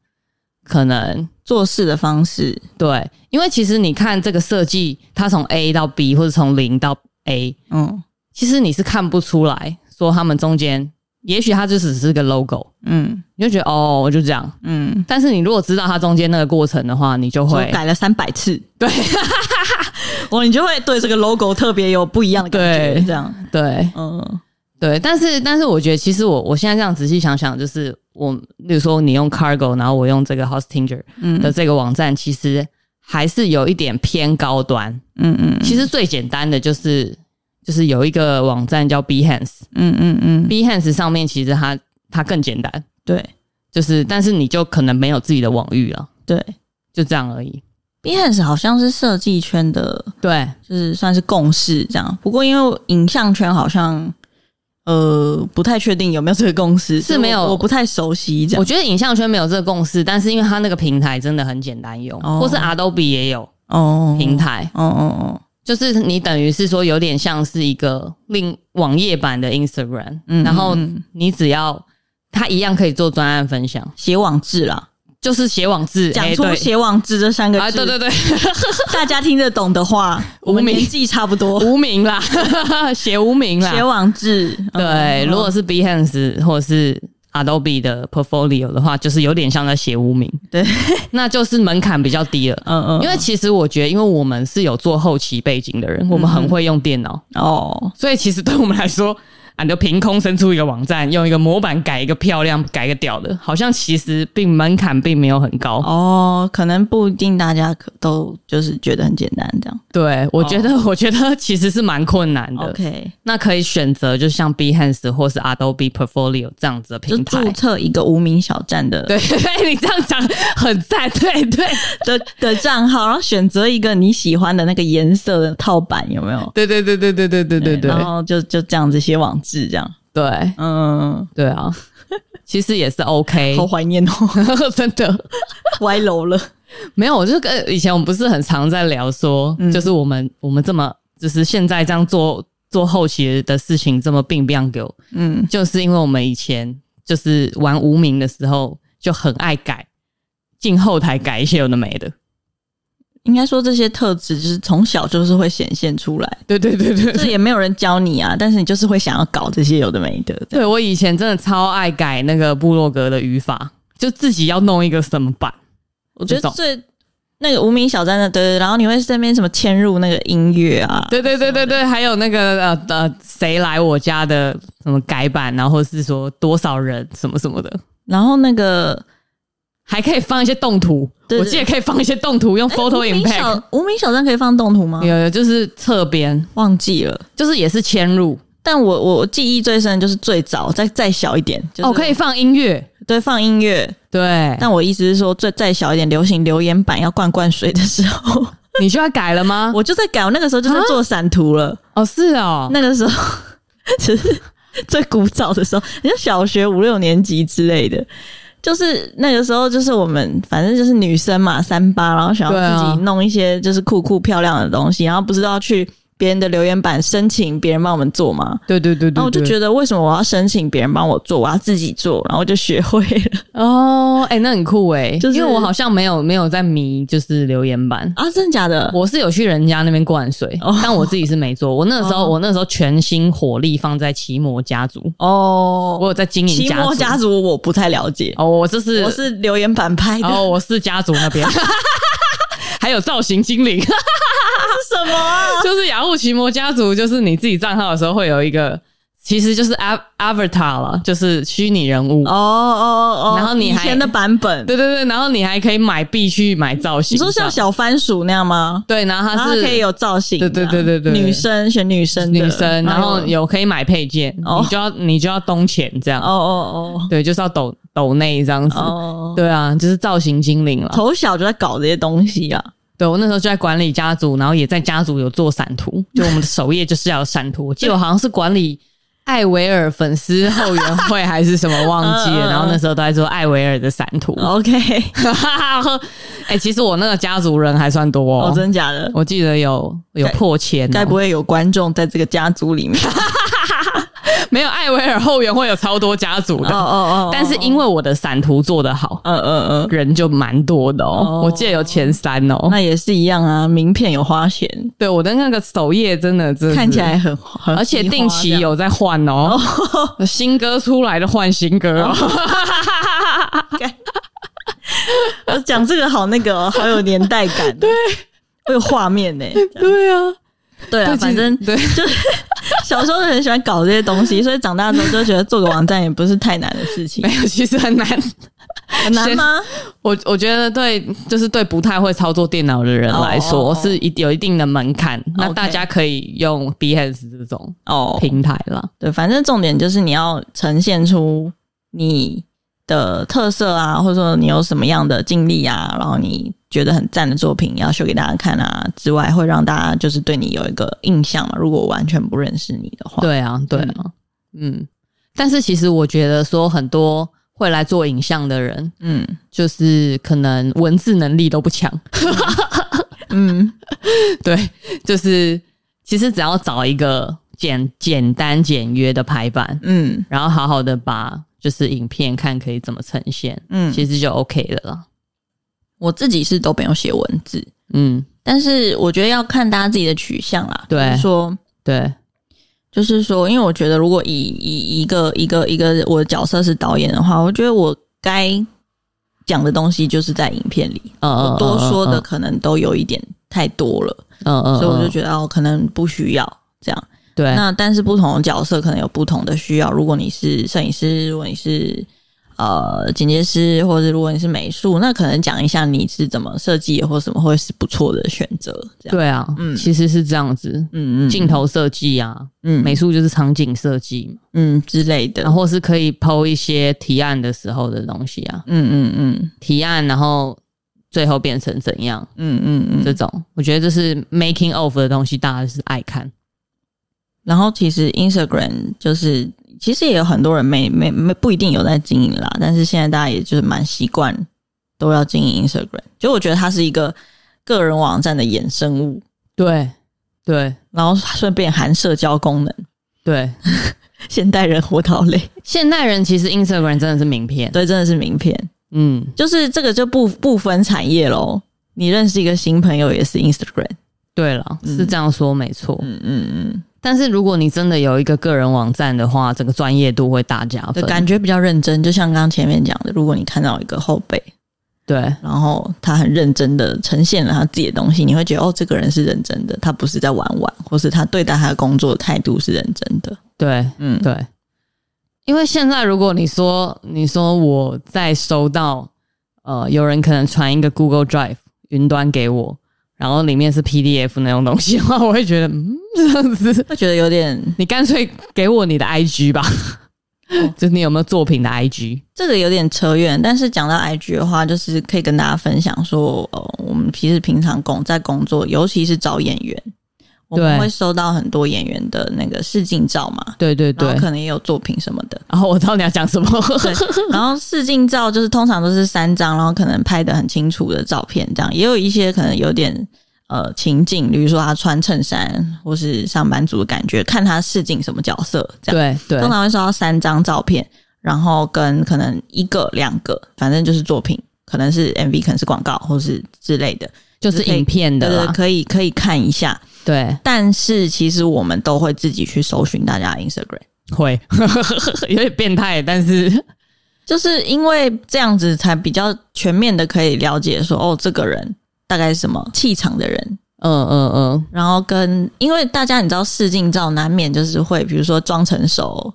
[SPEAKER 1] 可能
[SPEAKER 2] 做事的方式，
[SPEAKER 1] 对，因为其实你看这个设计，它从 A 到 B 或者从零到 A，
[SPEAKER 2] 嗯
[SPEAKER 1] 其实你是看不出来说他们中间，也许它就只是个 logo，
[SPEAKER 2] 嗯
[SPEAKER 1] 你就觉得哦，我就这样。
[SPEAKER 2] 嗯，
[SPEAKER 1] 但是你如果知道它中间那个过程的话，你就
[SPEAKER 2] 我
[SPEAKER 1] 会
[SPEAKER 2] 改了三百次，
[SPEAKER 1] 对
[SPEAKER 2] 哦，你就会对这个 logo 特别有不一样的感
[SPEAKER 1] 对
[SPEAKER 2] 觉，这样，
[SPEAKER 1] 对
[SPEAKER 2] 嗯
[SPEAKER 1] 对。但是但是，我觉得其实我我现在这样仔细想想，就是我，例如说你用 Cargo，然后我用这个 Hostinger
[SPEAKER 2] 嗯
[SPEAKER 1] 的这个网站，其实还是有一点偏高端。
[SPEAKER 2] 嗯嗯
[SPEAKER 1] 其实最简单的就是就是有一个网站叫 Behance，Behance
[SPEAKER 2] 嗯嗯嗯，
[SPEAKER 1] 上面其实它它更简单。
[SPEAKER 2] 对
[SPEAKER 1] 就是，但是你就可能没有自己的网域了，
[SPEAKER 2] 对。
[SPEAKER 1] 就这样而已。
[SPEAKER 2] Behance 好像是设计圈的，
[SPEAKER 1] 对，
[SPEAKER 2] 就是算是共识这样。不过因为影像圈好像呃不太确定有没有这个共识，
[SPEAKER 1] 是没有
[SPEAKER 2] 所以我我不太熟悉这
[SPEAKER 1] 我
[SPEAKER 2] 样。
[SPEAKER 1] 觉得影像圈没有这个共识，但是因为它那个平台真的很简单用，
[SPEAKER 2] 哦
[SPEAKER 1] 或是 Adobe 也有
[SPEAKER 2] 哦
[SPEAKER 1] 平，台，
[SPEAKER 2] 哦哦哦，
[SPEAKER 1] 就是你等于是说有点像是一个另网页版的 Instagram，、
[SPEAKER 2] 嗯
[SPEAKER 1] 然后
[SPEAKER 2] 嗯
[SPEAKER 1] 你只要它一样可以做专案分享，
[SPEAKER 2] 写网志啦，
[SPEAKER 1] 就是写网志，
[SPEAKER 2] 讲
[SPEAKER 1] 哎
[SPEAKER 2] 出
[SPEAKER 1] 对
[SPEAKER 2] 写网志这三个
[SPEAKER 1] 啊，对
[SPEAKER 2] 字，
[SPEAKER 1] 对对，
[SPEAKER 2] 大家听得懂的话，
[SPEAKER 1] 无
[SPEAKER 2] 我们
[SPEAKER 1] 名
[SPEAKER 2] 年纪差不多。
[SPEAKER 1] 无名啦， 写无名啦，
[SPEAKER 2] 写网志，
[SPEAKER 1] 对，
[SPEAKER 2] 嗯
[SPEAKER 1] 如果是 Behance 或是 Adobe 的 Portfolio 的话，就是有点像在写无名，
[SPEAKER 2] 对，
[SPEAKER 1] 那就是门槛比较低了。
[SPEAKER 2] 嗯嗯，
[SPEAKER 1] 因为其实我觉得，因为我们是有做后期背景的人，我们很会用电脑，
[SPEAKER 2] 哦，
[SPEAKER 1] 所以其实对我们来说，啊，你就凭空生出一个网站，用一个模板改一个漂亮、改一个屌的，好像其实并门槛并没有很高。
[SPEAKER 2] 哦，可能不一定大家可都就是觉得很简单这样。
[SPEAKER 1] 对，我觉得， 我觉得其实是蛮困难的。
[SPEAKER 2] OK，
[SPEAKER 1] 那可以选择，就像 Behance 或是 Adobe Portfolio 这样子的
[SPEAKER 2] 就
[SPEAKER 1] 平台，
[SPEAKER 2] 注册一个无名小站的
[SPEAKER 1] 对， 你这样讲很赞，对对
[SPEAKER 2] 的的账号，然后选择一个你喜欢的那个颜色的套版，有没有？
[SPEAKER 1] 对对对对对对对对对
[SPEAKER 2] 然后就就这样子写网志，这样，
[SPEAKER 1] 哦对
[SPEAKER 2] 嗯，
[SPEAKER 1] 对啊，其实也是 OK，
[SPEAKER 2] 好怀念哦，
[SPEAKER 1] 真的
[SPEAKER 2] 歪楼了，
[SPEAKER 1] 没有，我就跟以前我们不是很常在聊说，就是我们我们这么就是现在这样做做后期的事情这么并不样给我，
[SPEAKER 2] 嗯，
[SPEAKER 1] 就是因为我们以前就是玩无名的时候就很爱改。进后台改一些有的没的，
[SPEAKER 2] 应该说这些特质就是从小就是会显现出 来，
[SPEAKER 1] 对对对对
[SPEAKER 2] 这也没有人教你啊，但是你就是会想要搞这些有的没的，这样
[SPEAKER 1] 对我以前真的超爱改那个部落格的语法，就自己要弄一个什么版，
[SPEAKER 2] 我觉
[SPEAKER 1] 这
[SPEAKER 2] 得
[SPEAKER 1] 种
[SPEAKER 2] 最那个无名小站的，对对，然后你会这边什么嵌入那个音乐啊，
[SPEAKER 1] 对对对对对，还有那个呃呃，谁来我家的什么改版，然后是说多少人什么什么的，
[SPEAKER 2] 然后那个
[SPEAKER 1] 还可以放一些动图，
[SPEAKER 2] 对
[SPEAKER 1] 我
[SPEAKER 2] 对
[SPEAKER 1] 记得可以放一些动图，用 Photo
[SPEAKER 2] 诶哎无名
[SPEAKER 1] Impact，
[SPEAKER 2] 小无名小站可以放动图吗？
[SPEAKER 1] 有有就是侧边，
[SPEAKER 2] 忘记了。
[SPEAKER 1] 就是也是嵌入
[SPEAKER 2] 但我我记忆最深就是最早，再再小一点，就是、
[SPEAKER 1] 哦，可以放音乐，
[SPEAKER 2] 对放音乐。
[SPEAKER 1] 对，
[SPEAKER 2] 但我意思是说，最再小一点，流行留言板要灌灌水的时 候，
[SPEAKER 1] 你就要改了吗？
[SPEAKER 2] 我就在改，我那个时候就在做闪图了。
[SPEAKER 1] 哦，是哦，
[SPEAKER 2] 那个时候 只是最古早的时候，你像小学五六年级之类的，就是那个时候，就是我们反正就是女生嘛，三八，然后想
[SPEAKER 1] 对
[SPEAKER 2] 要
[SPEAKER 1] 啊
[SPEAKER 2] 自己弄一些就是酷酷漂亮的东西，然后不是都要去别人的留言板申请别人帮我们做吗？
[SPEAKER 1] 对对对对
[SPEAKER 2] 然后我就
[SPEAKER 1] 对
[SPEAKER 2] 觉得，为什么我要申请别人帮我做，我要自己做？然后我就学 会了
[SPEAKER 1] 哦，哎、那很酷哎、
[SPEAKER 2] 就是
[SPEAKER 1] 因为我好像没有没有在迷就是留言板，
[SPEAKER 2] 啊！真的假的？
[SPEAKER 1] 我是有去人家那边灌水，但我自己是没做。我那时候、
[SPEAKER 2] 哦
[SPEAKER 1] 我那时候全心火力放在奇摩家族，
[SPEAKER 2] 哦，
[SPEAKER 1] 我有在经营
[SPEAKER 2] 奇
[SPEAKER 1] 家
[SPEAKER 2] 摩
[SPEAKER 1] 族。
[SPEAKER 2] 家族我不太了解，
[SPEAKER 1] 哦，我这是
[SPEAKER 2] 我是留言板拍的，
[SPEAKER 1] 哦，我是家族那 边。还有造型精灵，
[SPEAKER 2] 是什么啊？
[SPEAKER 1] 就是雅虎奇摩家族，就是你自己账号的时候会有一个，其实就是 av- avatar 了，就是虚拟人物。
[SPEAKER 2] 哦哦哦，
[SPEAKER 1] 然后你
[SPEAKER 2] 以
[SPEAKER 1] 还
[SPEAKER 2] 前的版本，
[SPEAKER 1] 对对对，然后你还可以买必须买造型
[SPEAKER 2] 你
[SPEAKER 1] 这样。
[SPEAKER 2] 说像小番薯那样吗？
[SPEAKER 1] 对，然后
[SPEAKER 2] 然
[SPEAKER 1] 它
[SPEAKER 2] 后
[SPEAKER 1] 是
[SPEAKER 2] 可以有造型的，
[SPEAKER 1] 对对对对对
[SPEAKER 2] 女生选女生的，
[SPEAKER 1] 女生，然后有可以买配件，
[SPEAKER 2] 哦
[SPEAKER 1] 你就要你就要东钱这样，
[SPEAKER 2] 哦哦
[SPEAKER 1] 对，就是要抖抖内这样
[SPEAKER 2] 哦
[SPEAKER 1] 子，
[SPEAKER 2] 哦，
[SPEAKER 1] 对啊，就是造型精灵了。
[SPEAKER 2] 从小就在搞这些东西啊，
[SPEAKER 1] 对我那时候就在管理家族，然后也在家族有做散图，就我们的首页就是要有散图。我记得我好像是管理艾维尔粉丝后援会还是什么忘记
[SPEAKER 2] 嗯嗯
[SPEAKER 1] 了，
[SPEAKER 2] 嗯哦
[SPEAKER 1] 然后那时候都在做艾维尔的散图。
[SPEAKER 2] OK，
[SPEAKER 1] 哎，其实我那个家族人还算多
[SPEAKER 2] 哦，
[SPEAKER 1] 哦，
[SPEAKER 2] 真假的，
[SPEAKER 1] 我记得有有破千哦，
[SPEAKER 2] 该不会有观众在这个家 族里面？
[SPEAKER 1] 没有艾维尔后援会有超多家族
[SPEAKER 2] 哦
[SPEAKER 1] 的
[SPEAKER 2] 哦哦，
[SPEAKER 1] 但是因为我的散图做得好，
[SPEAKER 2] 嗯嗯嗯，
[SPEAKER 1] 人就蛮多的哦
[SPEAKER 2] 哦，
[SPEAKER 1] 我记得有前三哦。
[SPEAKER 2] 那也是一样啊，名片有花钱，
[SPEAKER 1] 对我的那个首页真的真的是
[SPEAKER 2] 看起，来很很，
[SPEAKER 1] 而且定期有在换哦， 新歌出来的换新歌哦。
[SPEAKER 2] 我呃讲这个好那个、哦，好有年代感、 对，我有画面呢、
[SPEAKER 1] 对啊，
[SPEAKER 2] 对啊，
[SPEAKER 1] 对
[SPEAKER 2] 反正
[SPEAKER 1] 其实对
[SPEAKER 2] 小时候就很喜欢搞这些东西，所以长大之后就觉得做个网站也不是太难的事 情。
[SPEAKER 1] 没有，其实很难。
[SPEAKER 2] 很难吗？
[SPEAKER 1] 我我觉得对，就是对不太会操作电脑的人来
[SPEAKER 2] 哦哦
[SPEAKER 1] 说
[SPEAKER 2] 哦
[SPEAKER 1] 是一有一定的门槛。那
[SPEAKER 2] OK
[SPEAKER 1] 大家可以用 Behance 这种
[SPEAKER 2] 哦，
[SPEAKER 1] 平台啦。
[SPEAKER 2] 对，反正重点就是你要呈现出你的特色啊，或者说你有什么样的经历啊，然后你觉得很赞的作品要秀给大家看啊，之外会让大家就是对你有一个印象嘛。如果我完全不认识你的话，
[SPEAKER 1] 对啊，对啊，嗯。但是其实我觉得说很多会来做影像的人，
[SPEAKER 2] 嗯
[SPEAKER 1] 就是可能文字能力都不强，
[SPEAKER 2] 嗯，
[SPEAKER 1] 对，就是其实只要找一个简简单简约的排版，
[SPEAKER 2] 嗯
[SPEAKER 1] 然后好好的把就是影片看可以怎么呈现，
[SPEAKER 2] 嗯，
[SPEAKER 1] 其实就 OK 了啦。
[SPEAKER 2] 我自己是都没有写文字，
[SPEAKER 1] 嗯，
[SPEAKER 2] 但是我觉得要看大家自己的取向啦。
[SPEAKER 1] 对
[SPEAKER 2] 就是说
[SPEAKER 1] 对，
[SPEAKER 2] 就是说，因为我觉得如果以以一个一个一个我的角色是导演的话，我觉得我该讲的东西就是在影片里，
[SPEAKER 1] 嗯
[SPEAKER 2] 我多说的
[SPEAKER 1] 嗯
[SPEAKER 2] 可能都有一点太多了，
[SPEAKER 1] 嗯嗯，嗯哎
[SPEAKER 2] 所以我就觉得哦，可能不需要这样。
[SPEAKER 1] 对，
[SPEAKER 2] 那但是不同的角色可能有不同的需要。如果你是摄影师，如果你是呃剪接师，或者如果你是美术，那可能讲一下你是怎么设计或什么会是不错的选择。这样，
[SPEAKER 1] 对啊，
[SPEAKER 2] 嗯
[SPEAKER 1] 其实是这样子，
[SPEAKER 2] 嗯嗯，
[SPEAKER 1] 镜头设计啊，
[SPEAKER 2] 嗯
[SPEAKER 1] 美术就是场景设计嘛，
[SPEAKER 2] 嗯之类的
[SPEAKER 1] 然，后是可以剖一些提案的时候的东西啊，
[SPEAKER 2] 嗯嗯嗯
[SPEAKER 1] 提案然后最后变成怎样，
[SPEAKER 2] 嗯嗯嗯
[SPEAKER 1] 这种，我觉得这是 making of 的东西，大家是爱看。
[SPEAKER 2] 然后其实 Instagram 就是，其实也有很多人没没没不一定有在经营啦，但是现在大家也就是蛮习惯都要经营 Instagram，就我觉得它是一个个人网站的衍生物，
[SPEAKER 1] 对，对，
[SPEAKER 2] 然后顺便含社交功能。
[SPEAKER 1] 对。
[SPEAKER 2] 现代人活到累，
[SPEAKER 1] 现代人其实 Instagram 真的是名片，
[SPEAKER 2] 对，真的是名片，
[SPEAKER 1] 嗯，
[SPEAKER 2] 就是这个就不不分产业喽。你认识一个新朋友也是 Instagram，
[SPEAKER 1] 对了，
[SPEAKER 2] 嗯
[SPEAKER 1] 是这样说没错。
[SPEAKER 2] 嗯嗯嗯，
[SPEAKER 1] 但是如果你真的有一个个人网站的话，整个专业度会大加
[SPEAKER 2] 对，
[SPEAKER 1] 分。
[SPEAKER 2] 感觉比较认真。就像刚刚前面讲的，如果你看到一个后辈，
[SPEAKER 1] 对
[SPEAKER 2] 然后他很认真的呈现了他自己的东西，你会觉得哦，这个人是认真的，他不是在玩玩，或是他对待他的工作态度是认真的。
[SPEAKER 1] 对
[SPEAKER 2] 嗯，
[SPEAKER 1] 对，因为现在如果你说你说我在收到呃，有人可能传一个 Google Drive 云端给我，然后里面是 PDF 那种东西的话，我会觉得，嗯，这样子，
[SPEAKER 2] 会觉得有点
[SPEAKER 1] 你干脆给我你的 IG 吧， 就是你有没有作品的 IG？
[SPEAKER 2] 这个有点扯远，但是讲到 IG 的话，就是可以跟大家分享说，呃，我们其实平常工在工作，尤其是找演员，我们
[SPEAKER 1] 对
[SPEAKER 2] 会收到很多演员的那个试镜照嘛，
[SPEAKER 1] 对对对
[SPEAKER 2] 然后。可能也有作品什么的，
[SPEAKER 1] 然后我知道你要讲什么，
[SPEAKER 2] 对， 然后试镜照就是通常都是三张，然后可能拍的很清楚的照片，这样也有一些可能有点呃情境，比如说他穿衬衫或是上班族的感觉，看他试镜什么角色这样。
[SPEAKER 1] 对对
[SPEAKER 2] 通常会收到三张照片，然后跟可能一个两个，反正就是作品，可能是 MV，可能是广告或是之类的，
[SPEAKER 1] 就是影片
[SPEAKER 2] 对
[SPEAKER 1] 的
[SPEAKER 2] 对，
[SPEAKER 1] 啦，
[SPEAKER 2] 可以可以看一下。
[SPEAKER 1] 对，
[SPEAKER 2] 但是其实我们都会自己去搜寻大家的 Instagram。
[SPEAKER 1] 会有点变态，但是
[SPEAKER 2] 就是因为这样子才比较全面的可以了解说，哦，这个人大概是什么气场的人，
[SPEAKER 1] 嗯嗯嗯，
[SPEAKER 2] 然后跟因为大家你知道试镜照难免就是会，比如说装成熟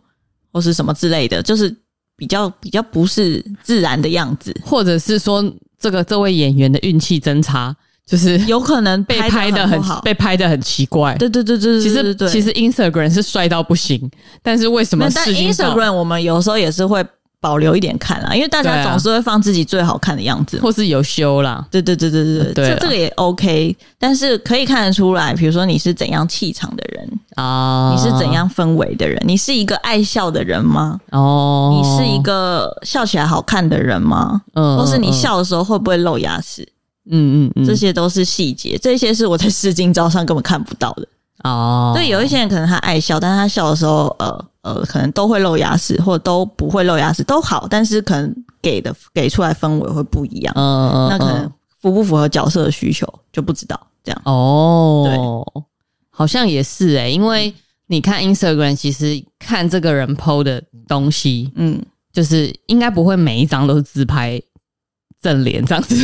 [SPEAKER 2] 或是什么之类的，就是比较比较不是自然的样子，
[SPEAKER 1] 或者是说这个这位演员的运气真差，就是
[SPEAKER 2] 有可能
[SPEAKER 1] 被
[SPEAKER 2] 拍
[SPEAKER 1] 拍
[SPEAKER 2] 的
[SPEAKER 1] 的很
[SPEAKER 2] 不好。
[SPEAKER 1] 被拍的很奇怪。
[SPEAKER 2] 对对对对，对
[SPEAKER 1] 其
[SPEAKER 2] 对
[SPEAKER 1] 实
[SPEAKER 2] 对
[SPEAKER 1] 其
[SPEAKER 2] 实
[SPEAKER 1] 实 Instagram 是帅到不行，但是为什么
[SPEAKER 2] 但
[SPEAKER 1] 视频照
[SPEAKER 2] Instagram 我们有时候也是会保留一点看啦，因为大
[SPEAKER 1] 对
[SPEAKER 2] 家
[SPEAKER 1] 啊
[SPEAKER 2] 总是会放自己最好看的样子嘛
[SPEAKER 1] 或是有修啦？
[SPEAKER 2] 对对对对对，
[SPEAKER 1] 啊对
[SPEAKER 2] 这
[SPEAKER 1] 啦
[SPEAKER 2] 这个也 OK，但是可以看得出来，比如说你是怎样气场的人，
[SPEAKER 1] 啊，
[SPEAKER 2] 你是怎样氛围的人，你是一个爱笑的人吗？
[SPEAKER 1] 哦？
[SPEAKER 2] 你是一个笑起来好看的人吗？
[SPEAKER 1] 嗯，
[SPEAKER 2] 或是你
[SPEAKER 1] 嗯，
[SPEAKER 2] 笑的时候会不会露牙齿？
[SPEAKER 1] 嗯嗯嗯，
[SPEAKER 2] 这些都是细节，这些是我在试镜照上根本看不到的。
[SPEAKER 1] 哦，
[SPEAKER 2] 对，有一些人可能他爱笑，但是他笑的时候，呃呃，可能都会露牙齿，或都不会露牙齿都好，但是可能给的给出来氛围会不一样，
[SPEAKER 1] 嗯，嗯嗯，
[SPEAKER 2] 那可能
[SPEAKER 1] 嗯
[SPEAKER 2] 符不符合角色的需求就不知道。这样。
[SPEAKER 1] 哦，好像也是诶、因为你看 Instagram，其实看这个人 PO 的东西，
[SPEAKER 2] 嗯，
[SPEAKER 1] 就是应该不会每一张都是自拍正脸这样 子，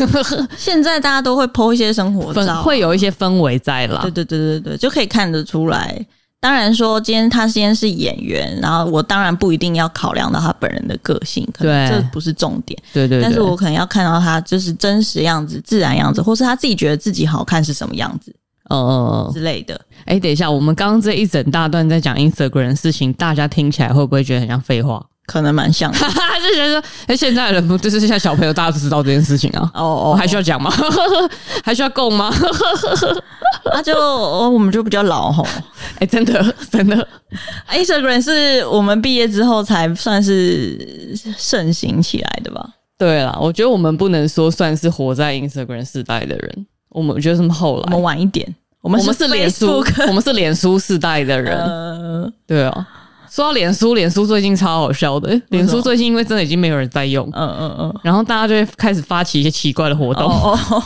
[SPEAKER 2] 现在大家都会 PO 一些生活照
[SPEAKER 1] 氛
[SPEAKER 2] 啊，
[SPEAKER 1] 会有一些氛围在啦
[SPEAKER 2] 对。对对对对，就可以看得出来。当然说，今天他今天是演员，然后我当然不一定要考量到他本人的个性，可能
[SPEAKER 1] 对
[SPEAKER 2] 这不是重点，
[SPEAKER 1] 对对对，
[SPEAKER 2] 但是我可能要看到他就是真实样子、自然样子，或是他自己觉得自己好看是什么样子
[SPEAKER 1] 嗯嗯嗯，
[SPEAKER 2] 之类的。
[SPEAKER 1] 哎、等一下，我们刚刚这一整大段在讲 Instagram 的事情，大家听起来会不会觉得很像废话？
[SPEAKER 2] 可能蛮像的
[SPEAKER 1] 哈哈，就觉得说，哎、现在的人不就是现在小朋友大家都知道这件事情啊？
[SPEAKER 2] 哦哦，
[SPEAKER 1] 我、还需要讲吗？ 还需要供吗？
[SPEAKER 2] 那就哦我们就比较老吼。
[SPEAKER 1] 哎、真的真的，
[SPEAKER 2] Instagram 是我们毕业之后才算是盛行起来的吧？
[SPEAKER 1] 对啦，我觉得我们不能说算是活在 Instagram 时代的人，我们我觉得什么后
[SPEAKER 2] 我
[SPEAKER 1] 来，
[SPEAKER 2] 们晚一点，
[SPEAKER 1] 我
[SPEAKER 2] 我们
[SPEAKER 1] 们是脸书
[SPEAKER 2] Facebook，
[SPEAKER 1] 我们是脸书世代的人，
[SPEAKER 2] 呃
[SPEAKER 1] 对哦。说到脸书，脸书最近超好笑的，脸书最近因为真的已经没有人在用，
[SPEAKER 2] 嗯嗯嗯，
[SPEAKER 1] 然后大家就会开始发起一些奇怪的活动，
[SPEAKER 2] 哦哦，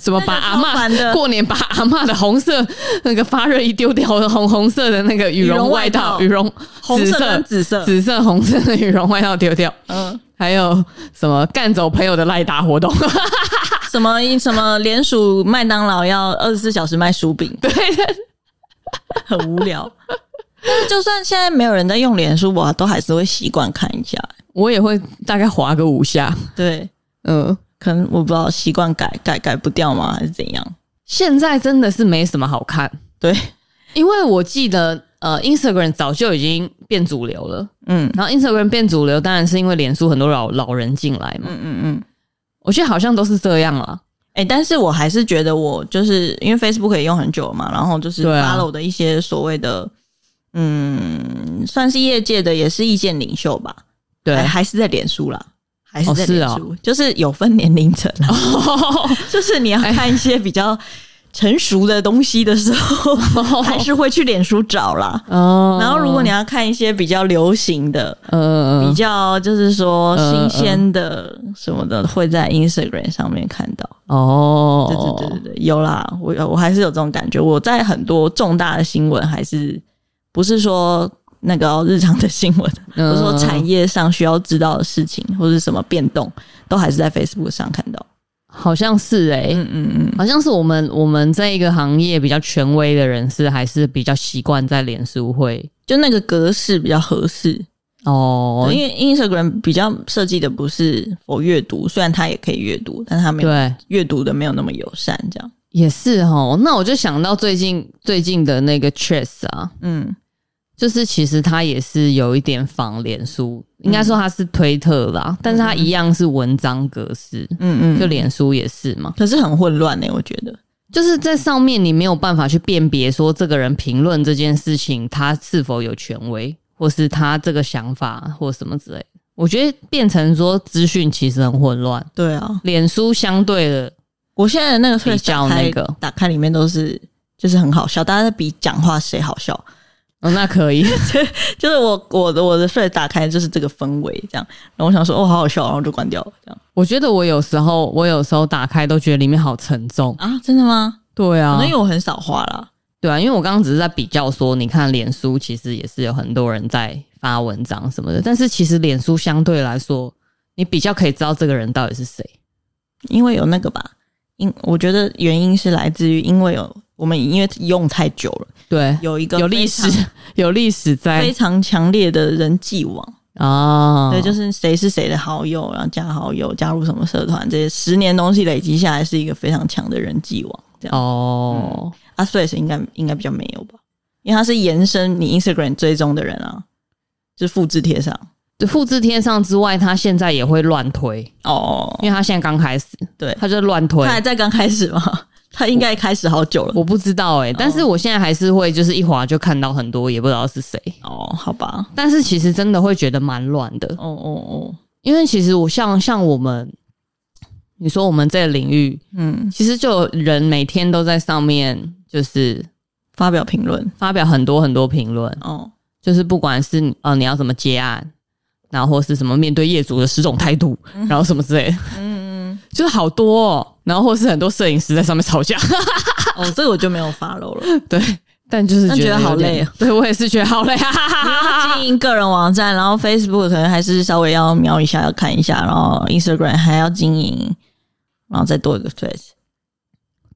[SPEAKER 1] 什么把阿
[SPEAKER 2] 那个超烦
[SPEAKER 1] 嬷
[SPEAKER 2] 的
[SPEAKER 1] 过年把阿嬷的红色那个发热衣丢掉的红红色的那个羽
[SPEAKER 2] 羽
[SPEAKER 1] 绒
[SPEAKER 2] 绒
[SPEAKER 1] 外
[SPEAKER 2] 外
[SPEAKER 1] 套，
[SPEAKER 2] 套
[SPEAKER 1] 羽绒
[SPEAKER 2] 红
[SPEAKER 1] 紫
[SPEAKER 2] 色跟紫色，
[SPEAKER 1] 紫色红色的羽绒外套丢掉，
[SPEAKER 2] 嗯，
[SPEAKER 1] 还有什么干走朋友的赖打活动，
[SPEAKER 2] 什么什么联署麦当劳要二十四小时卖薯饼，
[SPEAKER 1] 对对
[SPEAKER 2] 很无聊。但是就算现在没有人在用脸书，我都还是会习惯看一下。
[SPEAKER 1] 我也会大概划个五下。
[SPEAKER 2] 对，
[SPEAKER 1] 嗯，
[SPEAKER 2] 可能我不知道习惯改改改不掉吗，还是怎样？
[SPEAKER 1] 现在真的是没什么好看，
[SPEAKER 2] 对，
[SPEAKER 1] 因为我记得呃，Instagram 早就已经变主流了。
[SPEAKER 2] 嗯
[SPEAKER 1] 然后 Instagram 变主流，当然是因为脸书很多老老人进来嘛。
[SPEAKER 2] 嗯嗯嗯。
[SPEAKER 1] 我觉得好像都是这样啦。
[SPEAKER 2] 哎、但是我还是觉得我就是因为 Facebook 也用很久了嘛，然后就是
[SPEAKER 1] 对啊
[SPEAKER 2] follow 的一些所谓的，嗯，算是业界的，也是意见领袖吧，
[SPEAKER 1] 对，
[SPEAKER 2] 还还是在脸书啦，还是
[SPEAKER 1] 哦
[SPEAKER 2] 在
[SPEAKER 1] 是
[SPEAKER 2] 脸
[SPEAKER 1] 哦
[SPEAKER 2] 书，就是有分年龄层 啦，就是你要
[SPEAKER 1] 哎
[SPEAKER 2] 看一些比较成熟的东西的时候，还是会去脸书找啦。
[SPEAKER 1] 哦
[SPEAKER 2] 然后，如果你要看一些比较流行的、
[SPEAKER 1] 嗯
[SPEAKER 2] 比
[SPEAKER 1] 嗯
[SPEAKER 2] 较就是说
[SPEAKER 1] 嗯
[SPEAKER 2] 新鲜的什么的，会在 Instagram 上面看到。
[SPEAKER 1] 哦，
[SPEAKER 2] 对对对对对，有啦，我我还是有这种感觉。我在很多重大的新闻，还是不是说那个哦日常的新闻，
[SPEAKER 1] 嗯
[SPEAKER 2] 我说产业上需要知道的事情，或是什么变动，都还是在 Facebook 上看到。
[SPEAKER 1] 好像是哎、
[SPEAKER 2] 嗯嗯嗯，
[SPEAKER 1] 好像是我们我们这一个行业比较权威的人士，还是比较习惯在脸书会
[SPEAKER 2] 就那个格式比较合适。
[SPEAKER 1] 哦，
[SPEAKER 2] 因为 Instagram 比较设计的不是否阅读，虽然它也可以阅读，但它没有
[SPEAKER 1] 对，
[SPEAKER 2] 阅读的没有那么友善，这样。
[SPEAKER 1] 也是哦。那我就想到最近最近的那个 Chess 啊，
[SPEAKER 2] 嗯
[SPEAKER 1] 就是其实它也是有一点仿脸书，应该说它是推特啦，但是它一样是文章格式，
[SPEAKER 2] 嗯
[SPEAKER 1] 就
[SPEAKER 2] 嗯，
[SPEAKER 1] 脸书也是嘛，
[SPEAKER 2] 可是很混乱欸呢、我觉得。
[SPEAKER 1] 就是在上面你没有办法去辨别说这个人评论这件事情他是否有权威，或是他这个想法或什么之类的。我觉得变成说资讯其实很混乱，
[SPEAKER 2] 对啊，
[SPEAKER 1] 脸书相对的
[SPEAKER 2] 我现在的那个
[SPEAKER 1] 比
[SPEAKER 2] Threads
[SPEAKER 1] 较
[SPEAKER 2] 打开
[SPEAKER 1] 那个
[SPEAKER 2] 打开里面都是就是很好笑，大家在比讲话谁好笑。
[SPEAKER 1] 哦，那可以，
[SPEAKER 2] 就是我我的我的 Threads 打开就是这个氛围这样，然后我想说哦好好笑，然后就关掉了这样
[SPEAKER 1] 我觉得我有时候我有时候打开都觉得里面好沉重，
[SPEAKER 2] 啊？真的吗？
[SPEAKER 1] 对
[SPEAKER 2] 可
[SPEAKER 1] 啊
[SPEAKER 2] 能，因为我很少花啦。
[SPEAKER 1] 对啊，因为我刚刚只是在比较说，你看脸书其实也是有很多人在发文章什么的，但是其实脸书相对来说，你比较可以知道这个人到底是谁。
[SPEAKER 2] 因为有那个吧，因我觉得原因是来自于因为有我们因为用太久了，
[SPEAKER 1] 对，
[SPEAKER 2] 有哎一个
[SPEAKER 1] 有历
[SPEAKER 2] 非常
[SPEAKER 1] 史，有历史
[SPEAKER 2] 非
[SPEAKER 1] 在
[SPEAKER 2] 常强烈的人际网，
[SPEAKER 1] 啊，
[SPEAKER 2] 对，就是谁是谁的好友，然后加好友，加入什么社团，这些十年东西累积下来是一个非常强的人际网，这样、
[SPEAKER 1] 哦，
[SPEAKER 2] 啊，Threads 应该应该比较没有吧，因为它是延伸你 Instagram 追踪的人啊，就是复制贴上
[SPEAKER 1] 对，复制贴上之外，他现在也会乱推，
[SPEAKER 2] 哦，
[SPEAKER 1] 因为他现在刚开始，
[SPEAKER 2] 对
[SPEAKER 1] 他就乱推
[SPEAKER 2] 他。还在刚开始吗？ 他应该开始好久了
[SPEAKER 1] 我不知道
[SPEAKER 2] 嗯
[SPEAKER 1] 哎、但是我现在还是会就是一滑就看到很多，也不知道是谁。
[SPEAKER 2] 哦，好吧，
[SPEAKER 1] 但是其实真的会觉得蛮乱的，
[SPEAKER 2] 哦哦哦，
[SPEAKER 1] 因为其实我像像我们，你说我们这个领域，
[SPEAKER 2] 嗯，
[SPEAKER 1] 其实就有人每天都在上面，就是
[SPEAKER 2] 发表评论
[SPEAKER 1] 发表很多很多评论，
[SPEAKER 2] 哦。
[SPEAKER 1] 就是不管是你呃你要怎么接案，然后或是什么面对业主的十种态度，然后什么之类的，
[SPEAKER 2] 嗯，
[SPEAKER 1] 就是好多、哦，然后或是很多摄影师在上面吵架，
[SPEAKER 2] 哦，这个我就没有 follow 了。
[SPEAKER 1] 对，但就是
[SPEAKER 2] 但
[SPEAKER 1] 觉
[SPEAKER 2] 觉得
[SPEAKER 1] 有
[SPEAKER 2] 好
[SPEAKER 1] 点
[SPEAKER 2] 累哦，
[SPEAKER 1] 对我也是觉得好累，哈啊 哈哈哈哈哈
[SPEAKER 2] 经营个人网站，然后 Facebook 可能还是稍微要瞄一下，要看一下，然后 Instagram 还要经营，然后再多一个 Threads。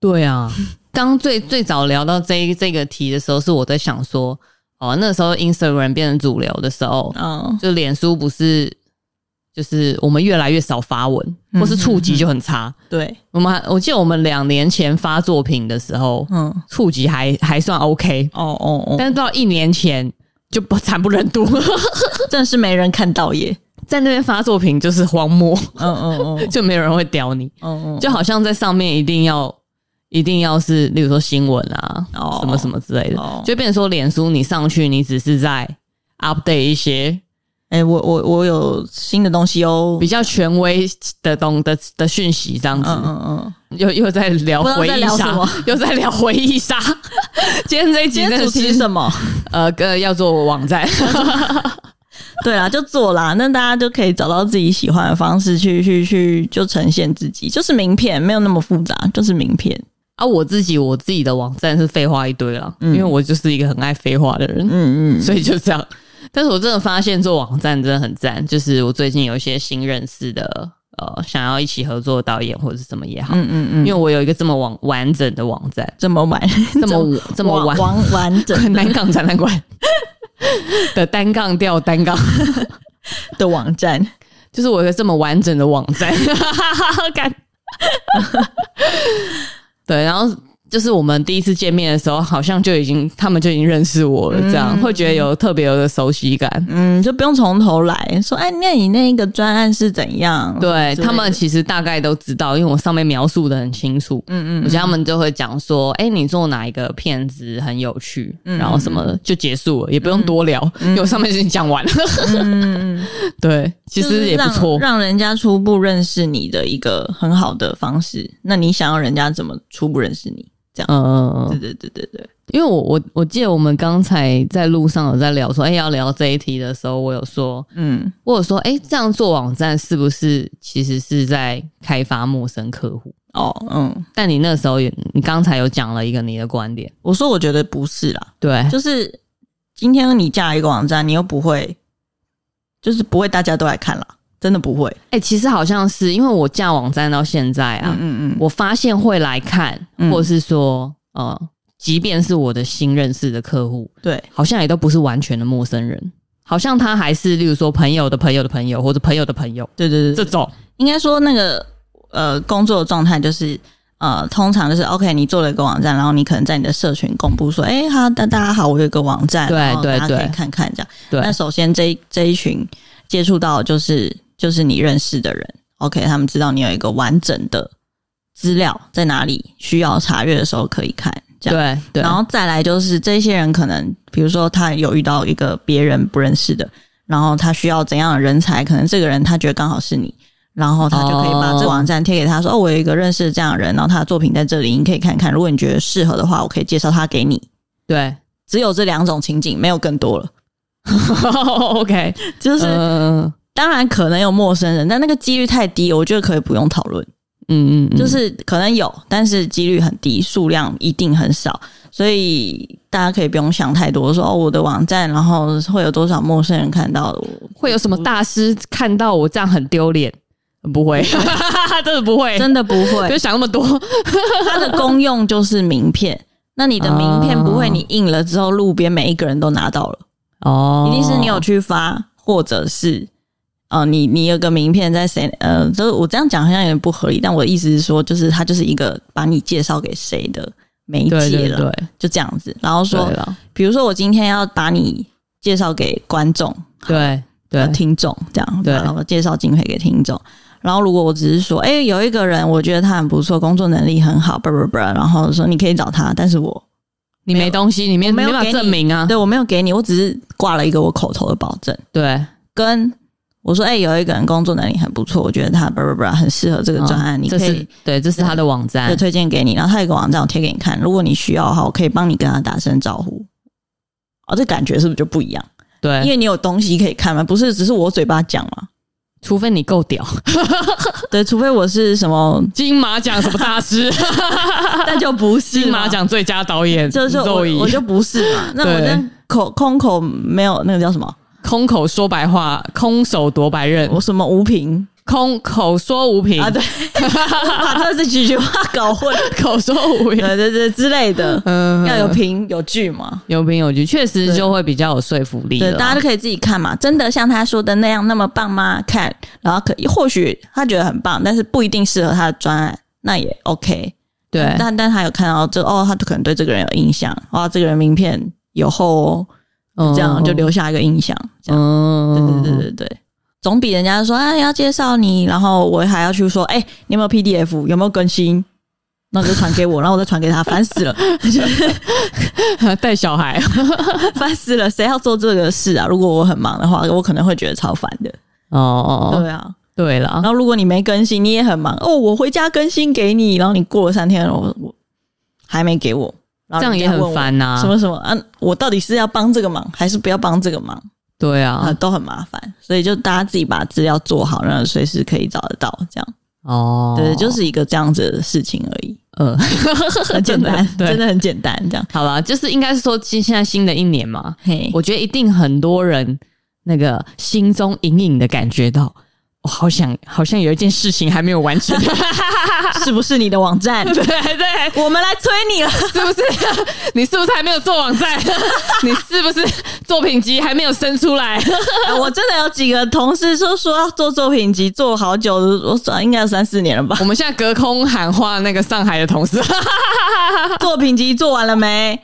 [SPEAKER 1] 对啊，刚最最早聊到这一这个题的时候，是我在想说，哦，那时候 Instagram 变成主流的时候，
[SPEAKER 2] 嗯
[SPEAKER 1] 就脸书不是，就是我们越来越少发文，
[SPEAKER 2] 嗯
[SPEAKER 1] 或是触及就很差。
[SPEAKER 2] 对，
[SPEAKER 1] 我们还我记得我们两年前发作品的时候，
[SPEAKER 2] 嗯，
[SPEAKER 1] 触及还还算 OK，
[SPEAKER 2] 哦哦哦，
[SPEAKER 1] 但是到一年前就不 惨不忍睹，
[SPEAKER 2] 真的是没人看到 耶。
[SPEAKER 1] 在那边发作品就是荒漠，
[SPEAKER 2] 嗯嗯嗯
[SPEAKER 1] 就没有人会屌你。
[SPEAKER 2] 嗯嗯，
[SPEAKER 1] 就好像在上面一定要一定要是，例如说新闻啊，
[SPEAKER 2] 哦
[SPEAKER 1] 什么什么之类的，
[SPEAKER 2] 哦
[SPEAKER 1] 就变成说脸书你上去，你只是在 update 一些
[SPEAKER 2] 哎、我我我有新的东西哦
[SPEAKER 1] 比。较权威的东的的讯息，这样
[SPEAKER 2] 嗯
[SPEAKER 1] 子，
[SPEAKER 2] 嗯嗯，
[SPEAKER 1] 又又在聊
[SPEAKER 2] 不知道
[SPEAKER 1] 回
[SPEAKER 2] 在
[SPEAKER 1] 忆
[SPEAKER 2] 聊什
[SPEAKER 1] 杀
[SPEAKER 2] 么，
[SPEAKER 1] 又在聊回忆杀。 今天这一集
[SPEAKER 2] 今
[SPEAKER 1] 真
[SPEAKER 2] 天
[SPEAKER 1] 的
[SPEAKER 2] 主题是
[SPEAKER 1] 是
[SPEAKER 2] 什么？
[SPEAKER 1] 呃呃要做网站，
[SPEAKER 2] 对啦，就做啦，那大家就可以找到自己喜欢的方式去去去就呈现自己，就是名片，没有那么复杂，就是名片。
[SPEAKER 1] 啊，我自己我自己的网站是废话一堆了，因为我就是一个很爱废话的人，
[SPEAKER 2] 嗯嗯嗯，
[SPEAKER 1] 所以就这样。但是我真的发现做网站真的很赞，就是我最近有一些新认识的呃，想要一起合作的导演或者是什么也好，
[SPEAKER 2] 嗯嗯
[SPEAKER 1] 因
[SPEAKER 2] 嗯，
[SPEAKER 1] 为我有一个这么完完整的网站，
[SPEAKER 2] 这么玩，
[SPEAKER 1] 这么这么 完
[SPEAKER 2] 完完整
[SPEAKER 1] 单杠展览馆 的单杠调单杠，
[SPEAKER 2] 的网站，
[SPEAKER 1] 就是我有一个这么完整的网 站，干，对，然后。就是我们第一次见面的时候，好像就已经他们就已经认识我了，这样、会觉得有特别有的熟悉感。
[SPEAKER 2] 嗯，就不用从头来说。哎，那你那个专案是怎样？
[SPEAKER 1] 对
[SPEAKER 2] 嗯之类的
[SPEAKER 1] 他们，其实大概都知道，因为我上面描述的很清楚。
[SPEAKER 2] 嗯
[SPEAKER 1] 我
[SPEAKER 2] 嗯
[SPEAKER 1] 觉得他们就会讲说：“哎、你做哪一个片子很有趣，
[SPEAKER 2] 嗯
[SPEAKER 1] 然后什么的就结束了，也不用多聊，因为我上面已经讲完了。
[SPEAKER 2] 嗯嗯，
[SPEAKER 1] 对，其
[SPEAKER 2] 就是
[SPEAKER 1] 实也不
[SPEAKER 2] 让
[SPEAKER 1] 错。
[SPEAKER 2] 让人家初步认识你的一个很好的方式。那你想要人家怎么初步认识你？
[SPEAKER 1] 嗯嗯嗯
[SPEAKER 2] 对
[SPEAKER 1] 嗯，
[SPEAKER 2] 对对对对，
[SPEAKER 1] 因为我我我记得我们刚才在路上有在聊说，哎、要聊这一题的时候，我有说，
[SPEAKER 2] 嗯
[SPEAKER 1] 我有说，哎、这样做网站是不是其实是在开发陌生客户？
[SPEAKER 2] 哦嗯，
[SPEAKER 1] 但你那时候也，你刚才有讲了一个你的观点，
[SPEAKER 2] 我说我觉得不是啦，
[SPEAKER 1] 对，
[SPEAKER 2] 就是今天你架一个网站，你又不会，就是不会大家都来看啦，真的不会。
[SPEAKER 1] 哎、其实好像是因为我架网站到现在啊，
[SPEAKER 2] 嗯
[SPEAKER 1] 我发现会来看，
[SPEAKER 2] 嗯
[SPEAKER 1] 或是说，呃，即便是我的新认识的客户，
[SPEAKER 2] 对，
[SPEAKER 1] 好像也都不是完全的陌生人，好像他还是例如说朋友的朋友的朋友或者朋友的朋友
[SPEAKER 2] 对对对
[SPEAKER 1] 这种，
[SPEAKER 2] 应该说那个呃工作的状态就是呃，通常就是 OK，你做了一个网站，然后你可能在你的社群公布说，哎、哈，大大家好，我有一个网站，
[SPEAKER 1] 对
[SPEAKER 2] 然后大家
[SPEAKER 1] 对
[SPEAKER 2] 可以
[SPEAKER 1] 对
[SPEAKER 2] 看看这样。
[SPEAKER 1] 对
[SPEAKER 2] 那首先这一这一群接触到的就是就是你认识的人，OK，他们知道你有一个完整的资料在哪里，需要查阅的时候可以看这样。
[SPEAKER 1] 对对，
[SPEAKER 2] 然后再来就是这些人可能，比如说他有遇到一个别人不认识的，然后他需要怎样的人才？可能这个人他觉得刚好是你，然后他就可以把
[SPEAKER 1] 哦
[SPEAKER 2] 这网站贴给他说：“哦，我有一个认识的这样的人，然后他的作品在这里，你可以看看。如果你觉得适合的话，我可以介绍他给你。”
[SPEAKER 1] 对
[SPEAKER 2] 只有这两种情景，没有更多了。
[SPEAKER 1] ，OK，就
[SPEAKER 2] 就、
[SPEAKER 1] 是嗯
[SPEAKER 2] 当然可能有陌生人，但那个几率太低，我觉得可以不用讨论。
[SPEAKER 1] 嗯嗯，
[SPEAKER 2] 就是可能有，但是几率很低，数量一定很少，所以大家可以不用想太多，说哦，我的网站，然后会有多少陌生人看到我，
[SPEAKER 1] 会有什么大师看到我这样很丢脸？不会， 真的不会，
[SPEAKER 2] 真的不
[SPEAKER 1] 不
[SPEAKER 2] 会
[SPEAKER 1] 要。想那么多。
[SPEAKER 2] 它的功用就是名片，那你的名片不会，
[SPEAKER 1] 哦
[SPEAKER 2] 你印了之后，路边每一个人都拿到了，
[SPEAKER 1] 哦
[SPEAKER 2] 一定是你有去发，或者是。呃，你你有个名片在谁？呃，就是我这样讲好像有点不合理，但我的意思是说，就是它就是一个把你介绍给谁的媒介了，
[SPEAKER 1] 对对对，
[SPEAKER 2] 就这样子。然后说
[SPEAKER 1] 对了，
[SPEAKER 2] 比如说我今天要把你介绍给观众、
[SPEAKER 1] 对
[SPEAKER 2] 呃
[SPEAKER 1] 对
[SPEAKER 2] 听众这样，
[SPEAKER 1] 对
[SPEAKER 2] 然后介绍经费给听众。然后如果我只是说，哎、有一个人我觉得他很不错，工作能力很好，不不不，然后说你可以找他，但是我
[SPEAKER 1] 你没东西，你没
[SPEAKER 2] 我没有
[SPEAKER 1] 没办
[SPEAKER 2] 给
[SPEAKER 1] 法
[SPEAKER 2] 你
[SPEAKER 1] 证明啊。
[SPEAKER 2] 对我没有给你，我只是挂了一个我口头的保证，
[SPEAKER 1] 对
[SPEAKER 2] 跟我说，哎、有一个人工作能力很不错，我觉得他不不不很适合这个专案，
[SPEAKER 1] 嗯
[SPEAKER 2] 你
[SPEAKER 1] 这
[SPEAKER 2] 可
[SPEAKER 1] 是哎
[SPEAKER 2] 以。
[SPEAKER 1] 对，这是他的网
[SPEAKER 2] 就
[SPEAKER 1] 站。
[SPEAKER 2] 推荐给你，然后他有一个网站，我贴给你看。如果你需要的话，我可以帮你跟他打声招呼。哦，这感觉是不是就不一样？因
[SPEAKER 1] 对，
[SPEAKER 2] 为你有东西可以看嘛，不是只是我嘴巴讲嘛。
[SPEAKER 1] 除非你够 屌，
[SPEAKER 2] 对，除非我是什 么，
[SPEAKER 1] 金马奖什么大师，
[SPEAKER 2] 那就不是
[SPEAKER 1] 金
[SPEAKER 2] 嘛
[SPEAKER 1] 马，奖最佳导演，
[SPEAKER 2] 啊就是我
[SPEAKER 1] 肉姨
[SPEAKER 2] 我就不 是嘛。那我
[SPEAKER 1] 对
[SPEAKER 2] 这口空口没有那个叫什么，
[SPEAKER 1] 空口说白话，空手夺白刃，
[SPEAKER 2] 我什么无凭
[SPEAKER 1] 空口说无凭
[SPEAKER 2] 啊？，对，我把这几句话搞混，
[SPEAKER 1] 口说无凭，
[SPEAKER 2] 对对对之类的，
[SPEAKER 1] 嗯，
[SPEAKER 2] 要有凭有据嘛。
[SPEAKER 1] 有凭有据，确实
[SPEAKER 2] 对
[SPEAKER 1] 就会比较有说服力
[SPEAKER 2] 对，
[SPEAKER 1] 了。
[SPEAKER 2] 大家就可以自己看嘛。真的像他说的那样那么棒吗？看，然后可或许他觉得很棒，但是不一定适合他的专案，那也 OK。
[SPEAKER 1] 对
[SPEAKER 2] 但但他有看到这哦，他可能对这个人有印象，哇，这个人名片有厚哦，
[SPEAKER 1] 嗯
[SPEAKER 2] 这样就留下一个印象，这样，
[SPEAKER 1] 嗯，
[SPEAKER 2] 对对对对对，总比人家说啊要介绍你，然后我还要去说，哎、你有没有 PDF，有没有更新？那就传给我，然后我再传给他，烦死了，
[SPEAKER 1] 对， 带小孩，
[SPEAKER 2] 烦死了！谁要做这个事啊？如果我很忙的话，我可能会觉得超烦的。
[SPEAKER 1] 哦哦，
[SPEAKER 2] 对啊，
[SPEAKER 1] 对了
[SPEAKER 2] 然，后如果你没更新，你也很忙哦。我回家更新给你，然后你过了三天，我我还没给我，然
[SPEAKER 1] 这样
[SPEAKER 2] 后人
[SPEAKER 1] 也
[SPEAKER 2] 家问
[SPEAKER 1] 很
[SPEAKER 2] 我
[SPEAKER 1] 烦呐
[SPEAKER 2] 什。么什么啊，我到底是要帮这个忙，还是不要帮这个忙
[SPEAKER 1] 对
[SPEAKER 2] 啊、
[SPEAKER 1] 啊，
[SPEAKER 2] 都很麻烦，所以就大家自己把资料做好，然后随时可以找得到，这样、
[SPEAKER 1] 哦，
[SPEAKER 2] 对，就是一个这样子的事情而已，
[SPEAKER 1] 呃，
[SPEAKER 2] 很简单，
[SPEAKER 1] 真的 对
[SPEAKER 2] 真的很简单， 这样。
[SPEAKER 1] 好啦，就是应该是说，现现在新的一年嘛，
[SPEAKER 2] 嘿，
[SPEAKER 1] 我觉得一定很多人那个心中隐隐的感觉到，我好想，好像有一件事情还没有完 成。
[SPEAKER 2] 是不是你的 网站？
[SPEAKER 1] 对对，
[SPEAKER 2] 我们来催你 了，
[SPEAKER 1] 是不是？ 你是不是还没有做网站？ 你是不是作品集还没有生出来？
[SPEAKER 2] 啊我真的有几个同事说说要做作品集，做好久，我算应该有三四年了 吧。
[SPEAKER 1] 我们现在隔空喊话那个上海的同事，
[SPEAKER 2] 作品集做完了没？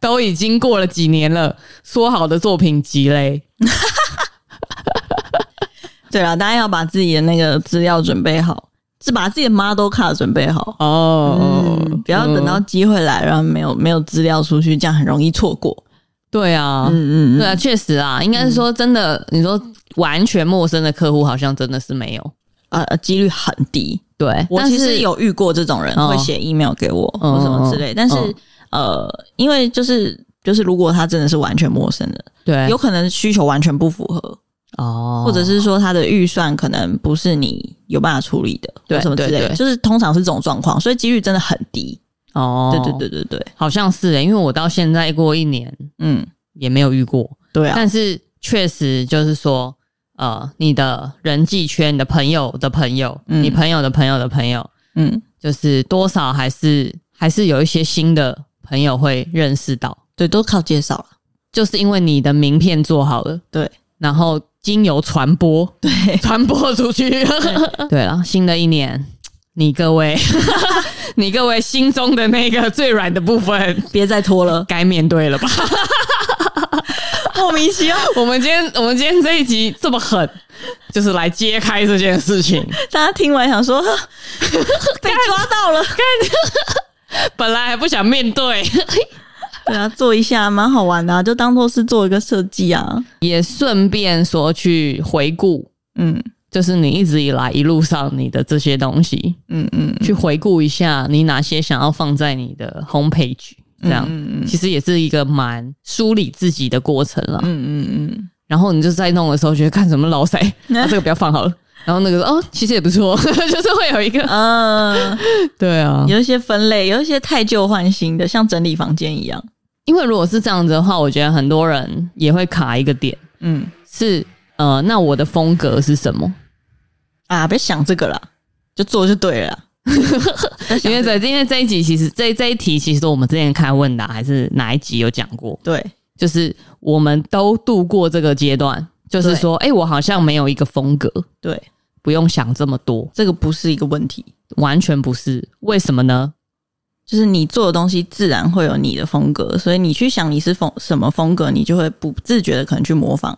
[SPEAKER 1] 都已经过了几年了，说好的作品集嘞，
[SPEAKER 2] 对了，大家要把自己的那个资料准备好，是把自己的 model 卡准备好。
[SPEAKER 1] 哦
[SPEAKER 2] 嗯，不要等到
[SPEAKER 1] 嗯
[SPEAKER 2] 机会来，然后没有没有资料出去，这样很容易错过。
[SPEAKER 1] 对啊，
[SPEAKER 2] 嗯
[SPEAKER 1] 对啊，确实啊，应该是说真的，你说完全陌生的客户好像真的是没有。
[SPEAKER 2] 呃，几率很低。
[SPEAKER 1] 对，
[SPEAKER 2] 我
[SPEAKER 1] 但
[SPEAKER 2] 其
[SPEAKER 1] 是
[SPEAKER 2] 实有遇过这种人
[SPEAKER 1] 哦
[SPEAKER 2] 会写 email 给我
[SPEAKER 1] 嗯
[SPEAKER 2] 或什么之类，但是呃，因为就是就是，如果他真的是完全陌生的，
[SPEAKER 1] 对
[SPEAKER 2] 有可能需求完全不符合，
[SPEAKER 1] 哎哦，
[SPEAKER 2] 或者是说他的预算可能不是你有办法处理的，
[SPEAKER 1] 对
[SPEAKER 2] 或什么之类
[SPEAKER 1] 对
[SPEAKER 2] 的，
[SPEAKER 1] 对
[SPEAKER 2] 就是通常是这种状况，所以几率真的很低。
[SPEAKER 1] 哦，
[SPEAKER 2] 对对，对对对，
[SPEAKER 1] 好像是、欸，因为我到现在过一年
[SPEAKER 2] 嗯，
[SPEAKER 1] 也没有遇过，
[SPEAKER 2] 对啊，
[SPEAKER 1] 但是确实就是说，呃，你的人际圈、你的朋友的朋友、
[SPEAKER 2] 嗯
[SPEAKER 1] 你朋友的朋友的朋友，
[SPEAKER 2] 嗯，
[SPEAKER 1] 就是多少还是还是有一些新的朋友会认识到，
[SPEAKER 2] 对，都靠介绍了。
[SPEAKER 1] 就是因为你的名片做好了，
[SPEAKER 2] 对，
[SPEAKER 1] 然后经由传播，对， 传播出去。对了，新的一年，你各 位，你各位心中的那个最软的部分，
[SPEAKER 2] 别再拖了，
[SPEAKER 1] 该面对了吧？
[SPEAKER 2] 莫名其妙，
[SPEAKER 1] 我们今天，我们今天这一集这么狠，就是来揭开这件事情。
[SPEAKER 2] 大家听完想说 被抓到 了，
[SPEAKER 1] 本来还不想面 对，
[SPEAKER 2] 对啊，做一下蛮好玩的、啊，就当做是做一个设计啊。
[SPEAKER 1] 也顺便说去回顾，
[SPEAKER 2] 嗯
[SPEAKER 1] 就是你一直以来一路上你的这些东西，
[SPEAKER 2] 嗯嗯，
[SPEAKER 1] 去回顾一下你哪些想要放在你的 homepage，这样、
[SPEAKER 2] 嗯嗯
[SPEAKER 1] 其实也是一个蛮梳理自己的过程了。
[SPEAKER 2] 嗯嗯嗯，
[SPEAKER 1] 然后你就在弄的时候，觉得看什么 老塞，啊、这个不要放好了。然后那个哦，其实也不错， 就是会有一 个
[SPEAKER 2] 嗯，
[SPEAKER 1] 对啊，
[SPEAKER 2] 有一些分类，有一些太旧换新的，像整理房间一样。
[SPEAKER 1] 因为如果是这样子的话，我觉得很多人也会卡一个点，
[SPEAKER 2] 嗯
[SPEAKER 1] 是呃，那我的风格是什么？
[SPEAKER 2] 啊，别想这个啦，就做就对了 啦。不要想
[SPEAKER 1] 因为
[SPEAKER 2] 这个
[SPEAKER 1] 这因为这一集其实这这一题其实我们之前看问答还是哪一集有讲过，
[SPEAKER 2] 对，
[SPEAKER 1] 就是我们都度过这个阶段，就是说，哎、我好像没有一个风格，
[SPEAKER 2] 对，
[SPEAKER 1] 不用想这么多，
[SPEAKER 2] 这个不是一个问题，
[SPEAKER 1] 完全不是。为什么呢？
[SPEAKER 2] 就是你做的东西自然会有你的风格，所以你去想你是风什么风格，你就会不自觉的可能去模仿，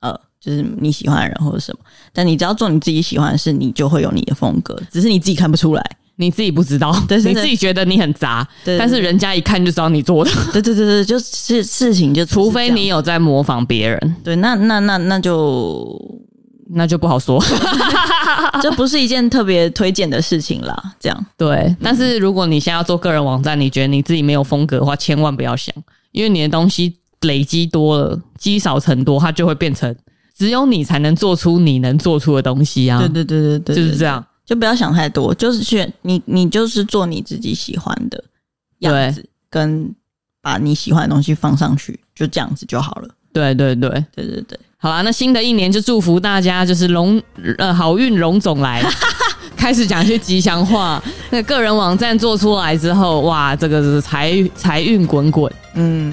[SPEAKER 2] 呃，就是你喜欢的人或者什么。但你只要做你自己喜欢的事，你就会有你的风格，只是你自己看不出来。
[SPEAKER 1] 你自己不知道，
[SPEAKER 2] 对对
[SPEAKER 1] 你
[SPEAKER 2] 对
[SPEAKER 1] 自己觉得你很杂，
[SPEAKER 2] 对对
[SPEAKER 1] 但是人家一看就知道你做的，
[SPEAKER 2] 对对对对，就是事情就
[SPEAKER 1] 除非
[SPEAKER 2] 是这
[SPEAKER 1] 你
[SPEAKER 2] 样
[SPEAKER 1] 有在模仿别人，
[SPEAKER 2] 对，那那那那就
[SPEAKER 1] 那就不好 说。
[SPEAKER 2] 这不是一件特别推荐的事情啦。这样，
[SPEAKER 1] 对，但是如果你现在要做个人网站，你觉得你自己没有风格的话，千万不要想，因为你的东西累积多了，积少成多，它就会变成只有你才能做出你能做出的东西啊。
[SPEAKER 2] 对对对对对，
[SPEAKER 1] 就是这样。
[SPEAKER 2] 就不要想太多，就是选你，你就是做你自己喜欢的样子，跟把你喜欢的东西放上去，就这样子就好了。
[SPEAKER 1] 对对对
[SPEAKER 2] 对对对，
[SPEAKER 1] 好啦，那新的一年就祝福大家，就是龙呃好运龙总 来，开始讲一些吉祥话。那个人网站做出来之后，哇，这个是财财运滚滚。
[SPEAKER 2] 嗯，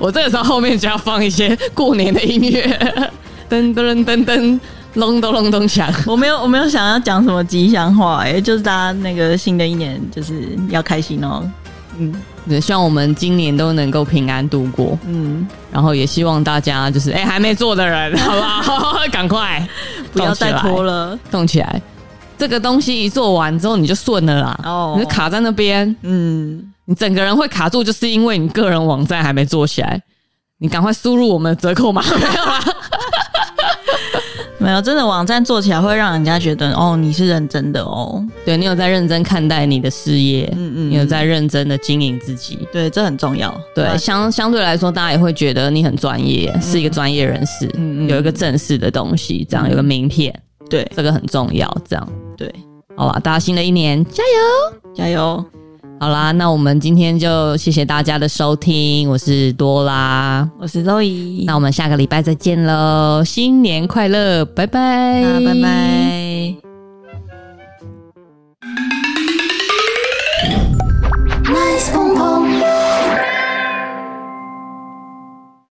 [SPEAKER 1] 我这个时候后面就要放一些过年的音乐， 噔噔噔噔，隆咚隆咚响。
[SPEAKER 2] 我没有，我没有想要讲什么吉祥话、哎，就是大家那个新的一年就是要开心哦。嗯
[SPEAKER 1] 也希望我们今年都能够平安度过，
[SPEAKER 2] 嗯，
[SPEAKER 1] 然后也希望大家就是哎、还没做的 人，好不好？ 赶快
[SPEAKER 2] 不要再拖，了。
[SPEAKER 1] 动起来动起来。这个东西一做完之后你就顺了啦，
[SPEAKER 2] 哦
[SPEAKER 1] 啊你就卡在那边，
[SPEAKER 2] 嗯，
[SPEAKER 1] 你整个人会卡住，就是因为你个人网站还没做起来。你赶快输入我们的折扣码，没有啦，
[SPEAKER 2] 没有，真的网站做起来会让人家觉得哦，你是认真的哦。
[SPEAKER 1] 对你有在认真看待你的事业，
[SPEAKER 2] 嗯嗯
[SPEAKER 1] 你有在认真的经营自己，
[SPEAKER 2] 对，这很重要。啊
[SPEAKER 1] 对，嗯相相对来说，大家也会觉得你很专业，是一个专业人士，
[SPEAKER 2] 嗯嗯
[SPEAKER 1] 有一个正式的东西，这样有个名片，
[SPEAKER 2] 对
[SPEAKER 1] 这个很重要。这样，
[SPEAKER 2] 对，
[SPEAKER 1] 好吧，大家新的一年加
[SPEAKER 2] 加油！
[SPEAKER 1] 油！好啦，那我们今天就谢谢大家的收听，我是多拉，
[SPEAKER 2] 我是周怡，
[SPEAKER 1] 那我们下个礼拜再见喽，新年快乐，拜拜，
[SPEAKER 2] 那拜拜。
[SPEAKER 3] nice pom pom.